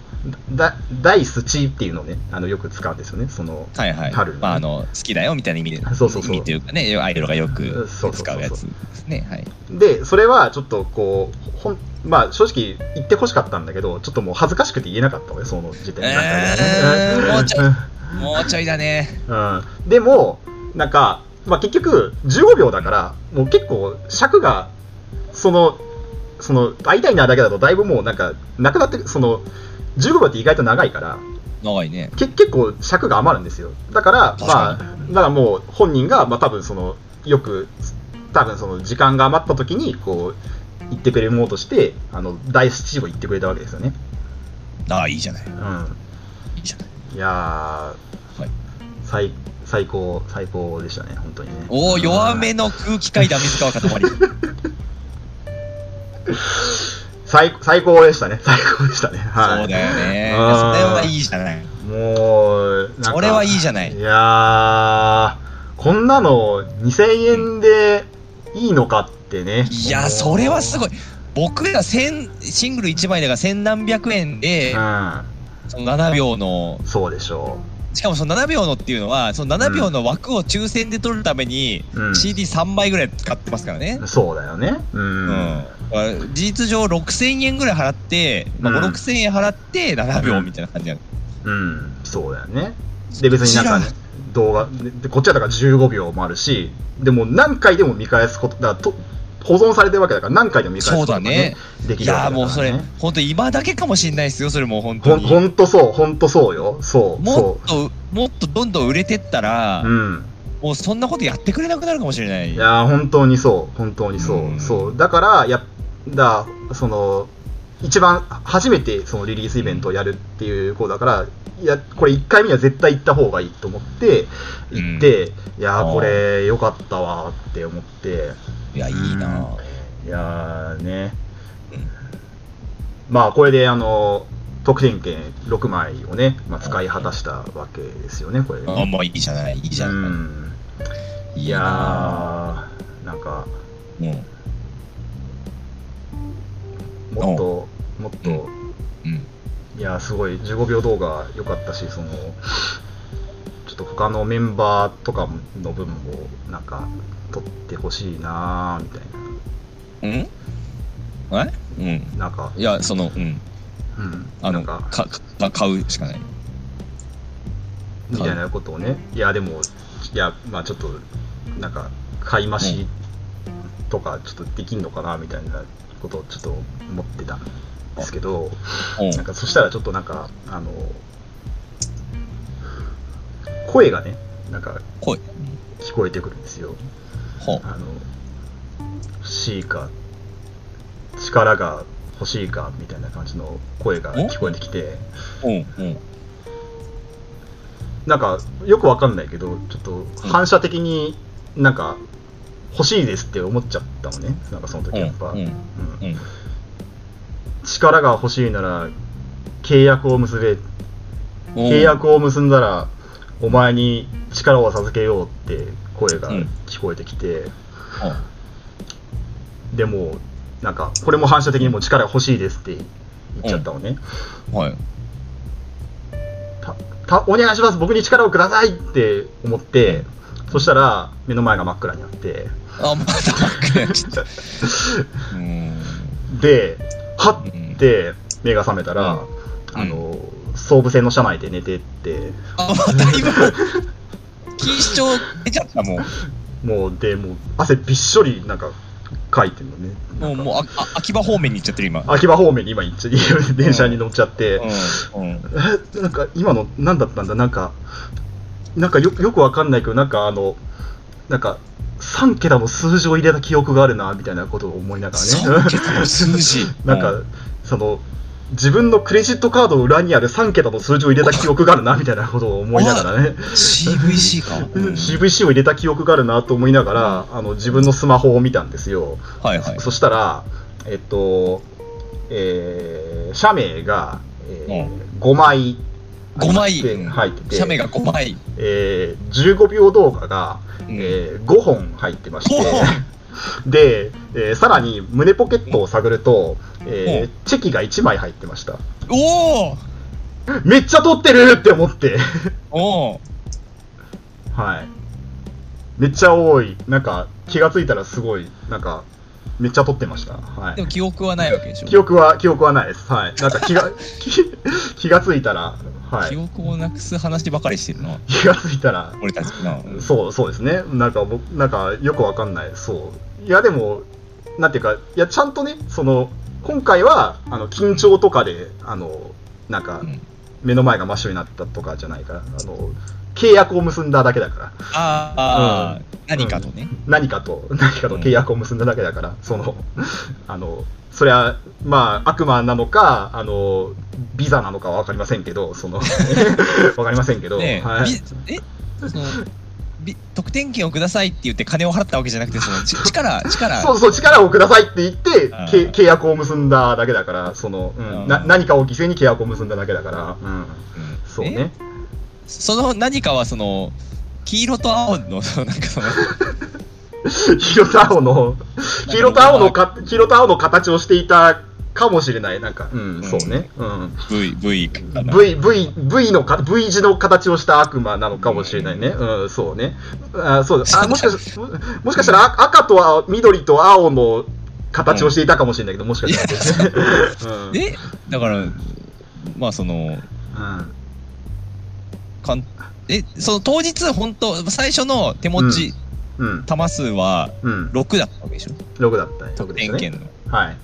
S1: だダイスチーっていうのをねあのよく使うんですよねその
S2: はいはい。
S1: 春
S2: まあ、あの、好きだよ、みたいな意味で。
S1: そうそうそう
S2: 意味というかね、アイドルがよく
S1: そうそうそうそう
S2: 使うやつですね。はい。
S1: でそれはちょっとこうほんまあ正直言ってほしかったんだけどちょっともう恥ずかしくて言えなかったわよその時点で、
S2: えーもうちょいもうちょいだね。
S1: うん、でも、なんか、まあ、結局、15秒だから、もう結構、尺が、その、その、会いたいなだけだと、だいぶもう、なんか、なくなってく、その、15秒って意外と長いから、
S2: 長いね。
S1: け結構尺が余るんですよ。だから、
S2: 確
S1: まあ、
S2: か
S1: だからもう、本人が、まあ、多分その、よく、多分その、時間が余った時に、こう、言ってくれるものとして、あの、大七を言ってくれたわけですよね。
S2: ああ、いいじゃない。
S1: うん。
S2: いいじゃない。
S1: いやー、
S2: はい
S1: 最最高、最高でしたね、本当にね。
S2: おお、弱めの空気階段、水川 かたまり。
S1: 最最高でしたね、最高でしたね。はい、
S2: そうだよね。それ
S1: あー
S2: はいいじゃない。
S1: もう、なんか
S2: それはいいじゃない
S1: いやー、こんなの2000円でいいのかってね。
S2: いや、それはすご
S1: い。
S2: い。僕ら千シングル1枚だが千何百円で
S1: う、ん、
S2: その7秒の、
S1: そうでしょ
S2: しかもその7秒のっていうのは、その7秒の枠を抽選で取るために、
S1: う。うん、
S2: CD3 枚ぐらい使ってますからね。
S1: そうだよね。う。
S2: うんんまあ事実上6000円ぐらい払って、まあ、
S1: うん
S2: 5、6000円払って7秒みたいな感じなの。
S1: うん、そうだよね。で、別になんか、ね、動画で、でこっちはだから15秒もあるし、でも何回でも見返すこと、だからと保存されてるわけだから、何回でも見返すことが、で
S2: い
S1: きるわけ
S2: やー
S1: だから、ね。
S2: もうそれ、本当今だけかもしれないですよ、それもう本当
S1: ほん
S2: に。
S1: ほんとそう、ほんとそうよ。そう、
S2: も
S1: そ
S2: っと、もっとどんどん売れてったら、
S1: う。うん。
S2: もうそんなことやってくれなくなるかもしれない。
S1: いやー本当にそう本当にそう、
S2: うん
S1: そうだからやだその一番初めてそのリリースイベントをやるっていうことだからいやこれ1回目には絶対行った方がいいと思って行って、いや
S2: あ
S1: ー
S2: ー
S1: これ良かったわーって思って
S2: いや、いいなぁ
S1: いやーね
S2: うん
S1: まあこれであの得点権6枚をね、まあ、使い果たしたわけですよねこれね
S2: あ、もういいじゃない、いいじゃ
S1: う
S2: ない。
S1: んいやーなんか
S2: も
S1: もっと、もっと、
S2: う、うん。
S1: いや、すごい、15秒動画良かったし、その、ちょっと他のメンバーとかの分も、なんか、撮ってほしいなーみたい
S2: うんえうん。
S1: な、なんか、
S2: いや、その、うん。
S1: うん、な
S2: あの、
S1: ん
S2: か
S1: か、
S2: か買うしかない。
S1: みたいなことをね、いや、でも、いや、まあちょっと、なんか、買い増しとか、ちょっとできんのかな、みたいなことをちょっと思ってたんですけど、
S2: うん
S1: なんかそしたらちょっとなんかあの声がねなんか
S2: 来い。
S1: 聞こえてくるんですよ
S2: ほう。
S1: あの欲しいか力が欲しいかみたいな感じの声が聞こえてきて
S2: うん。うん。
S1: なんかよくわかんないけどちょっと反射的になんか欲しいですって思っちゃったのねなんかその時
S2: うん。
S1: やっぱ、
S2: うん。
S1: うん
S2: うん。
S1: 力が欲しいなら契約を結べ
S2: うん
S1: 契約を結んだらお前に力を授けようって声が聞こえてきて、でもなんかこれも反射的にもう力が欲しいですって言っちゃったのね、
S2: うんはい。
S1: たたお願いします僕に力をくださいって思って、そしたら目の前が真っ暗になって
S2: あ、まだバックやっちゃった。うーん。
S1: では
S2: うん
S1: っ、て目が覚めたら、
S2: うん
S1: あの総武線の車内で寝てって
S2: あ、まだ今、錦糸町出ちゃったもん。
S1: もうでもう汗びっしょりなんかかいてるのね
S2: も
S1: な
S2: う、
S1: んか
S2: もう、あ、あ秋葉方面に行っちゃってる今。
S1: 秋葉方面に今行っちゃ 電車に乗っちゃって、
S2: うん。うん。
S1: えなんか今の何だったんだなんかなんかよよくわかんないけどなんかあのなんか3桁の数字を入れた記憶があるなみたいなことを思いながら
S2: 3
S1: ね
S2: 桁の数字。
S1: なんか、
S2: う
S1: その自分のクレジットカードの裏にある3桁の数字を入れた記憶があるなみたいなことを思いながらね
S2: CVC か。うん
S1: CVC を入れた記憶があるなと思いながらあの自分のスマホを見たんですよ
S2: はいはい。
S1: そしたら、えっと、えー、社名が、えー5枚
S2: 5枚。
S1: 入ってて、
S2: 写メが5枚。
S1: えー、15秒動画が、
S2: うん
S1: えー、5本入ってまし
S2: 5本
S1: て、で、えーさらに胸ポケットを探ると、えー
S2: うん
S1: チェキが1枚入ってました。
S2: おー
S1: めっちゃ撮ってるって思って、
S2: おー
S1: はい。めっちゃ多い。なんか、気がついたらすごい、なんか、めっちゃ撮ってました。はい。
S2: でも記憶はないわけでしょ。
S1: 記憶は、記憶はないです。はい。なんか気 が、気気がついたら、は
S2: 記
S1: い。
S2: 憶をなくす話ばかりしてるな。
S1: 気がついたら、
S2: 俺たちな。
S1: そう、そうですね。なんか僕、なんかよくわかんない。そう。いや、でも、なんていうか、いや、ちゃんとね、その、今回は、あの、緊張とかで、あの、なんか
S2: う、ん
S1: 目の前が真っ白になったとかじゃないから、あの、契約を結んだだけだから、
S2: ああ、何かとね。
S1: 何かと、 何かと
S2: うん
S1: 契約を結んだだけだから、その、 あの、それは、まあ、悪魔なのか、あの、ビザなのかはわかりませんけど、 その、わかりませんけど、
S2: ねえ、
S1: はい。
S2: びえそのび得点権をくださいって言って金を払ったわけじゃなくて、そのち力、力、
S1: そうそう、力をくださいって言って
S2: あ、ー
S1: け契約を結んだだけだから、その、う
S2: あー
S1: ん、な何かを犠牲に契約を結んだだけだから、うん、
S2: うん
S1: そう
S2: え
S1: ね。
S2: その何かはその、黄色と青の、そのなんかその、
S1: 黄色と青の、黄色と青のか、黄色と青の形をしていたかもしれない、なんか、うん、そうね。うん。
S2: V、V かな。
S1: V、V、V のか、V 字の形をした悪魔なのかもしれないね。うん、そうね。あーそうだ。あ、もしかし、ももしかしたらあ赤と青緑と青の形をしていたかもしれないけど、もしかしたらね。うん
S2: で、だから、まあその、
S1: うん
S2: かんえその当日、本当、最初の手持ち
S1: うん。
S2: 球数は
S1: うん。
S2: 6だったわけでしょ
S1: 6だったね。
S2: 得
S1: 6
S2: 点
S1: でしたね。
S2: 圏の。
S1: はい。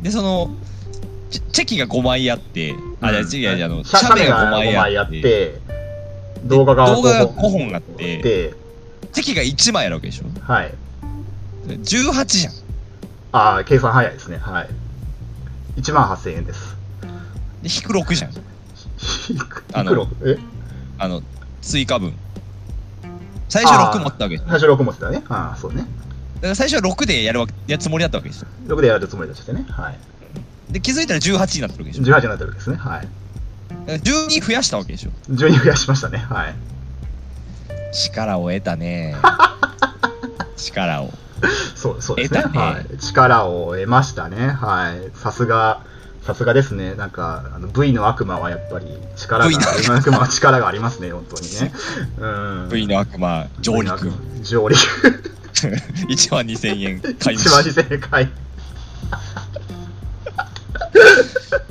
S2: で、その、チェチェキが5枚あって、あ、
S1: うん
S2: じゃあ違う違う、あの、
S1: シャメが5枚あっ、て、動画が
S2: 動画が5
S1: 五
S2: 本あって、チェキが1枚あるわけでしょ
S1: はい。
S2: ?18 じゃん。
S1: ああ、計算早いですね。はい。1万8000円です。
S2: で、引く6じゃん。
S1: いく
S2: あ
S1: い
S2: の
S1: くらえ
S2: あの、追加分。最初は
S1: あ
S2: 6
S1: ー
S2: 持ってたわけでしょ
S1: 最初6文字だね。ああ、そうね。
S2: だから最初は6でやるわけやるつもりだったわけですよ。
S1: 6でやるつもりだしてね。はい。
S2: で、気づいたら18になってるわけでしょ。だか
S1: 18になってるわけですね。はい。
S2: ら12増やしたわけでしょ。
S1: 12増やしましたね。はい。
S2: 力を得 たね。力を。
S1: そうそうですね。
S2: 得たね
S1: はい。力を得ましたね。はい。さすが、さすがですね。なんか、あの V の悪魔はやっぱり力が、
S2: V の悪
S1: V の悪魔は力がありますね、本当に ね。うん。
S2: V の悪魔、上陸。
S1: 上陸。
S2: 1万2000円買い
S1: 一番
S2: まし
S1: 正解。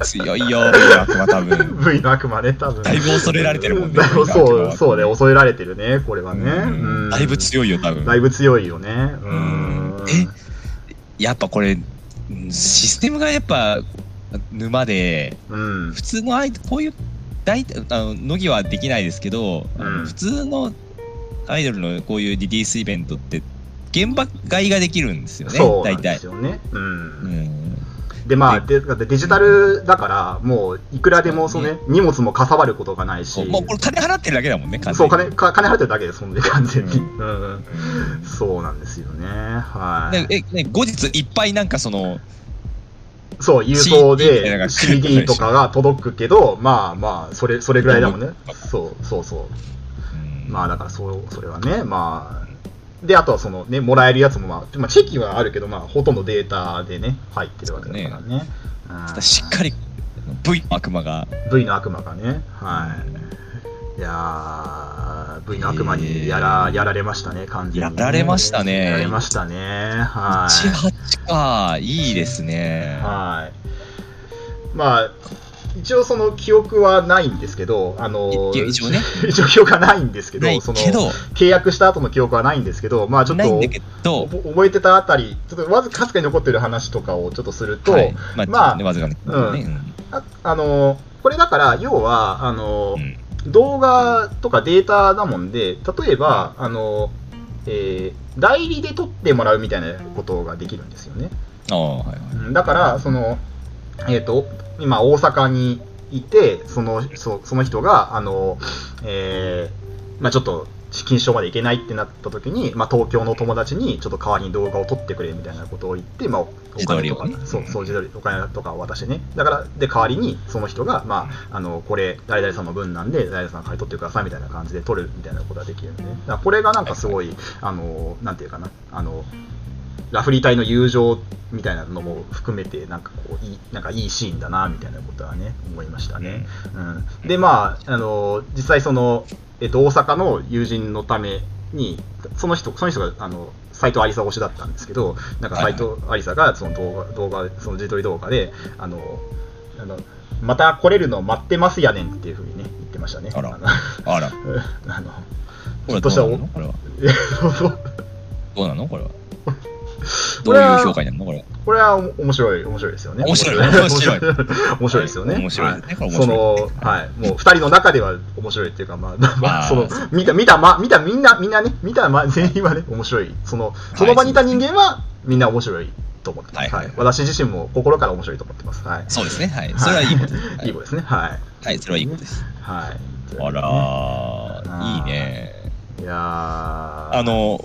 S2: 強いよ、V の悪魔多分。
S1: V の悪魔ね、多分。
S2: だいぶ恐れられてるもんね。
S1: だいぶ
S2: V の悪魔
S1: そう、
S2: は
S1: そうね、恐れられてるね、これはね。
S2: う
S1: うんん
S2: だいぶ強いよ、多分。
S1: だいぶ強いよね。う
S2: うんん。え、やっぱこれ、うんシステムがやっぱ沼で、
S1: うん。
S2: 普通のアイこういう大体あの乃木はできないですけど、あの
S1: うん
S2: 普通のアイドルのこういうリリースイベントって現場買いができるんですよね
S1: そうな
S2: 大
S1: んで
S2: 体
S1: す。よね。う。
S2: うんん、
S1: で、まあ、でだってデジタルだから、もう、いくらでも、そうね、荷物もかさばることがないし、
S2: もうこれ金払ってるだけだもんね完
S1: そ
S2: 全
S1: う、
S2: に
S1: 金、か金払ってるだけです、ほんで、完全に。
S2: う
S1: うん。
S2: うん
S1: そうなんですよね。はい。
S2: でえね後日いっぱいなんかその
S1: そう、郵送
S2: CD みたいなの
S1: で
S2: が来る
S1: CD とかが届くけど、まあまあ、それ、それぐらいだもんね。そう、そうそう。
S2: うん
S1: まあだから、そう、それはね、まあ。で、あとはそのね、もらえるやつも、まあ、まあ、チェキはあるけど、まあ、ほとんどデータでね、入ってるわけだからね。うん
S2: しっかり V の悪魔が
S1: V の悪魔がね、はい。いやー、V の悪魔にやら,、
S2: えー
S1: やられましたね、完全に、
S2: やられましたね
S1: やられましたね、はい。
S2: 18かいいですね。
S1: はい。まあ、一応その記憶はないんですけど、あの
S2: いいや一応ね
S1: 一応記憶はないんですけど、
S2: ない
S1: その
S2: けど
S1: 契約した後の記憶はないんですけど、まあちょっ
S2: ないんだ
S1: と
S2: けど、
S1: おぼ覚えてたあたり、ちょっとわずかかすかに残ってる話とかをちょっとすると、
S2: はい、まあ、
S1: まあ
S2: ねわずかに、
S1: うん
S2: ね
S1: ああのこれだから、要は、あの
S2: うん
S1: 動画とかデータだもんで、例えば、あの、えー代理で撮ってもらうみたいなことができるんですよね。
S2: ああはいはい
S1: うんだから、その、えっ、と、今、大阪にいて、その、そその人が、あの、えーまあちょっと、錦糸町まで行けないってなった時に、まあ、東京の友達にちょっと代わりに動画を撮ってくれみたいなことを言って、まあ、おお金とか、
S2: 自撮りをね
S1: そう、そう自撮りお金とかを渡してね。だから、で、代わりにその人が、まあ、あの、これ、誰々さんの分なんで、誰々さん代わりに撮ってくださいみたいな感じで撮るみたいなことができるんで、ね、だからこれがなんかすごい、あの、なんていうかな、あの、ラフリー隊の友情みたいなのも含めて、なんかこう、いい、なんかいいシーンだな、みたいなことはね、思いましたね。うん、で、まあ、あの、実際その、えっと、大阪の友人のために、その人、その人が、あの、斎藤有沙推しだったんですけど、なんか
S2: は
S1: 斎
S2: い
S1: 藤有沙が、その動画、動画、その自撮り動画で、あの、あの、また来れるの待ってますやねんっていうふうにね、言ってましたね。
S2: あら
S1: の
S2: あら、
S1: あの、
S2: こ
S1: ちょ
S2: れ
S1: っと
S2: どう
S1: した
S2: な
S1: お
S2: のこれは。
S1: えそうそう
S2: どうなのこれ は。
S1: こ
S2: どう
S1: れ
S2: い
S1: は
S2: う評価になるのこれは。
S1: これはお面白い、面白いですよね。
S2: 面白い面
S1: 面
S2: 白
S1: 白
S2: い
S1: い。面白いですよね。
S2: 面白いですねこれ面白い
S1: その、はい。もう、二人の中では面白いっていうか、まあ、 まあ
S2: まあ
S1: その、見た、見た、まあ、見た、みんな、みんなね、見た、まあ、 全員はね、面白い。その、その場にいた人間は、みんな面白いと思ってます。
S2: はい
S1: はい。私自身も心から面白いと思ってます。はい。
S2: そう ですね。はい。それはいいことです。はい
S1: いことですね。はい。
S2: はい、それはいいことです。
S1: はい。
S2: あら、いいね。
S1: いやー
S2: あ、の、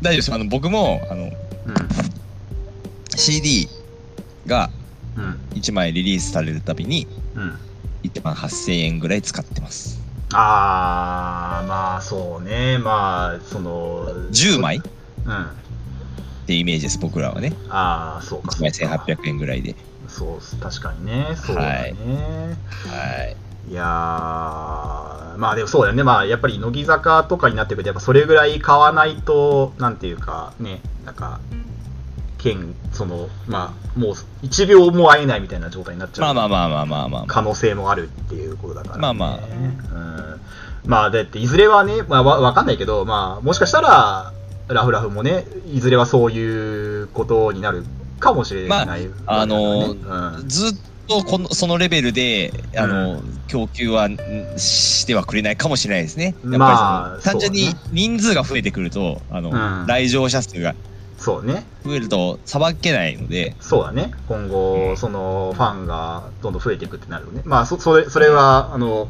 S2: 大丈夫です。あの、僕も、あの、
S1: う
S2: CD が
S1: ん。うん。
S2: 1枚リリースされるたびに、
S1: うん。
S2: 1万8000円ぐらい使ってます。
S1: あー、まあ、そうね。まあ、その、
S2: 10枚っ
S1: うん。
S2: てイメージです、僕らはね。
S1: ああ、そうか。
S2: 1
S1: そう
S2: 枚
S1: か
S2: 1800円ぐらいで。
S1: そうっす、確かにね。そうだね。
S2: はい。
S1: い、やー、まあでもそうだよね。まあやっぱり乃木坂とかになってくると、やっぱそれぐらい買わないと、なんていうか、ね、なんか、県、その、まあ、もう1秒も会えないみたいな状態になっちゃう。
S2: まあまあまあまあまあまあまあ。
S1: 可能性もあるっていうことだから、ね。
S2: まあま
S1: あ。うん。まあ、だって、いずれはね、まあ、わわかんないけど、まあ、もしかしたら、ラフラフもね、いずれはそういうことになるかもしれない、
S2: ま
S1: ね
S2: ああの
S1: うん
S2: ずっとこのそのレベルであの、供給はんしてはくれないかもしれないですね。やっぱりその、
S1: まあ
S2: 単純に
S1: そうね
S2: 人数が増えてくるとあの、
S1: うん
S2: 来場者数が
S1: そうね、
S2: 増えるとさばけないので、
S1: そうだね、今後、そのファンがどんどん増えていくってなるよね、まあ、そそれそれは、あの、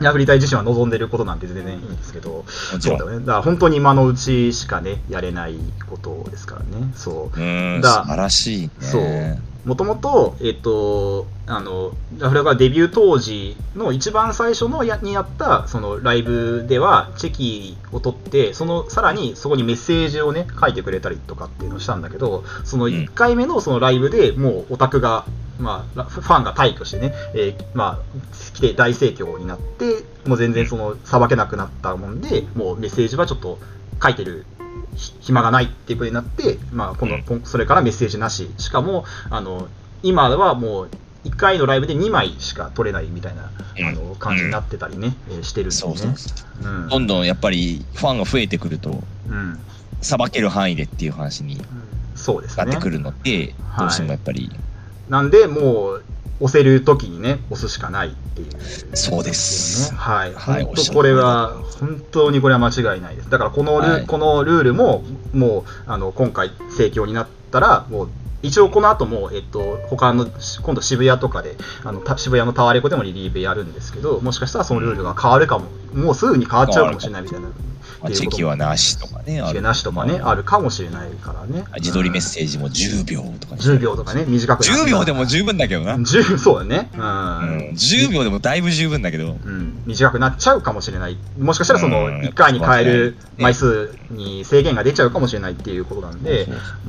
S1: ラフリ隊自身は望んでることなんて全然いいんですけど、
S2: もち
S1: そう
S2: ろ。
S1: んだ
S2: う
S1: よね、だから本当に今のうちしかね、やれないことですからね、そう。
S2: ーん
S1: だ
S2: 素晴らしいね。
S1: そうもともと、えっと、あの、ラフラがデビュー当時の一番最初のやにやった、そのライブでは、チェキを取って、その、さらにそこにメッセージをね、書いてくれたりとかっていうのをしたんだけど、その
S2: うん
S1: 1回目のそのライブでもうオタクが、まあ、ラファンが退去してね、えーまあ、来て大盛況になって、もう全然その、さばけなくなったもんで、もうメッセージはちょっと書いてるひ暇がないっていうことになって、まあ、こ
S2: う
S1: の
S2: ん
S1: こんそれからメッセージなし、しかもあの今はもう1回のライブで2枚しか取れないみたいな、
S2: うん
S1: あの感じになってたりね、えーしてるんで
S2: そう
S1: ね。
S2: そう
S1: うん
S2: どんどんやっぱりファンが増えてくると
S1: うん
S2: さばける範囲でっていう話に
S1: そうです
S2: なって
S1: ね。
S2: くるので、どうしてもやっぱり、
S1: なんで、もう押せるときにね、押すしかないっていう、
S2: そうです
S1: ねはい、
S2: はい
S1: 本
S2: おっし
S1: 当
S2: ゃる
S1: これは、本当にこれは間違いないです。だからこのル、
S2: はい
S1: このルールも、もうあの今回、盛況になったら、もう一応この後も、えっと、他の、し今度渋谷とかで、あのた渋谷のタワレコでもリリーベやるんですけど、もしかしたらそのルールが変わるかも、もうすぐに変わっちゃうかもしれないみたいな、
S2: まあ、チェキはなしとかね、
S1: し
S2: あ
S1: け
S2: る
S1: なしとかね、あるかもしれないからね。
S2: 自撮りメッセージも10秒とか、ね、
S1: 10秒とかね、短くなった
S2: 10秒でも十分だけどな、うん、
S1: 10そうだね。うん。
S2: 10秒でもだいぶ十分だけ
S1: う
S2: ど、
S1: ん、短くなっちゃうかもしれない。もしかしたらそうの
S2: ん
S1: 1回に変える枚数に制限が出ちゃうかもしれないっていうことなんで、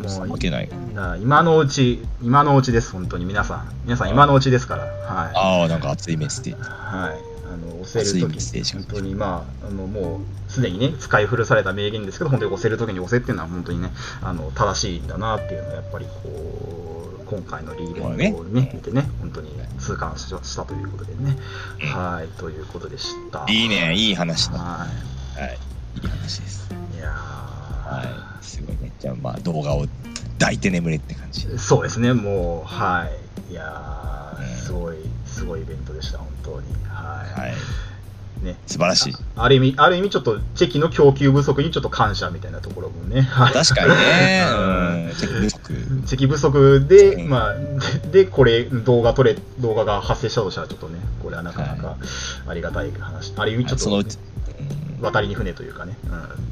S2: そう
S1: も
S2: わ
S1: う
S2: けない
S1: だから今のうち、今のうちです、本当に皆さん。皆さん今のうちですから。は
S2: ああなんか熱いメッセー
S1: い。
S2: ジ
S1: はい。あの、押せる
S2: 熱い
S1: と
S2: メッセージ
S1: き、
S2: が
S1: 本当にまあ、あの、もう、すでにね、使い古された名言ですけど、本当に押せるときに押せっていうのは本当にね、あの、正しいんだなっていうのは、やっぱりこう、今回のリーベントをね、見てね、本当に痛感ししたということでね。
S2: うん
S1: はい、ということでした。
S2: いいねいい話だ、は、
S1: はい
S2: いい話です
S1: い。いやー
S2: はいすごいねじゃあまあ動画を抱いて眠れって感じ
S1: そうですね、もう、はい。いやー
S2: ね
S1: すごい、すごいイベントでした、本当に。は
S2: はい
S1: い。ね。
S2: 素晴らしい
S1: ある意味、ある意味、ちょっと、チェキの供給不足にちょっと感謝みたいなところもね。はい、
S2: 確かにねうん、チェック不足
S1: チェキ不足で、
S2: うん
S1: まあ、で、でこれ、動画撮れ、動画が発生したとしたら、ちょっとね、これはなかなかありがたい話。ある意味、ちょっ
S2: そ
S1: と、
S2: のうち、うん、
S1: 渡りに船というかね。うん。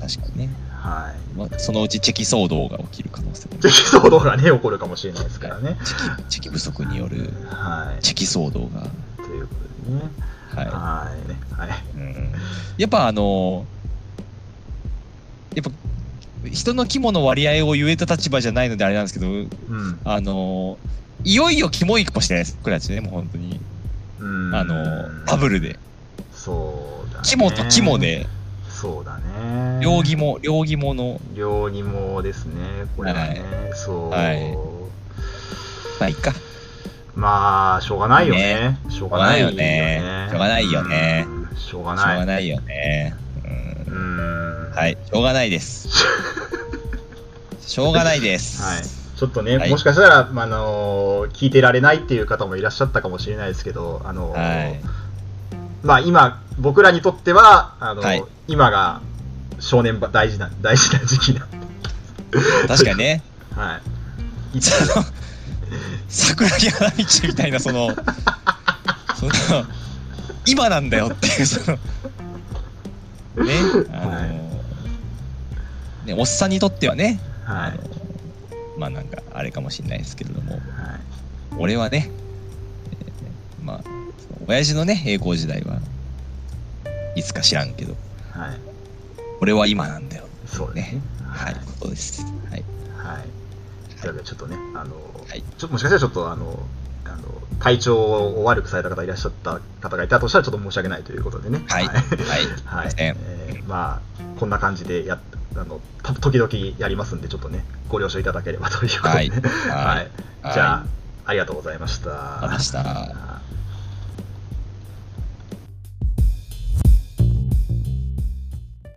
S2: 確かにね、
S1: はい。
S2: まあ、そのうちチェキ騒動が起きる可能性も
S1: チ ェキ騒動がね、起こるかもしれないですからね。
S2: チェキチェキ不足による
S1: はい。
S2: チェキ騒動が
S1: ということでね。
S2: はい
S1: はい。ね。はい。
S2: うんやっぱあのやっぱ人の肝の割合を言えた立場じゃないのであれなんですけど
S1: うん。
S2: あのいよいよキモいかもしれないです僕たちねもう本当に
S1: うん
S2: あのバブルで
S1: そうだね。
S2: 肝と肝。で
S1: そうだね。
S2: 両義。も両義もの
S1: 両義もですね。これはね。そう。
S2: はいまあいっか
S1: まあ、しょうがないよね。しょうがないよね。
S2: しょうがないよね
S1: うん。しょう
S2: しょ
S1: が
S2: う
S1: ない。
S2: がないよねうん
S1: うん。
S2: はいしょうがないです しょうがないです
S1: はい。ちょっとね、
S2: はい
S1: もしかしたら、まああのー聞いてられないっていう方もいらっしゃったかもしれないですけど、あのー
S2: はい
S1: まあ今、僕らにとっては、あのー
S2: はい
S1: 今が少年ば大事な、大事な時期なんで、
S2: 確かにね
S1: はい。いつ
S2: その桜木花道みたいなそのその今なんだよっていうそのねあの、ねおっさんにとってはね、
S1: はい
S2: あのまあなんかあれかもしれないですけれども
S1: はい
S2: 俺はね、えーまあその親父のね栄光時代はいつか知らんけど
S1: はい。
S2: 俺は今なんだよ
S1: そうですね
S2: ね。はいことですはい
S1: はい。はい。というわけでちょっとね、あのー
S2: はい
S1: ちょっともしかしたらちょっと、あのーあのー体調を悪くされた方いらっしゃった方がいたとしたらちょっと申し訳ないということでね。
S2: はいはい
S1: はいい、
S2: え
S1: えーまあこんな感じでやっあのた時々やりますんでちょっとねご了承いただければということで、
S2: は い
S1: はい
S2: はい
S1: じゃあ、
S2: はい
S1: ありがとうございました。
S2: ありがとうございました
S1: はい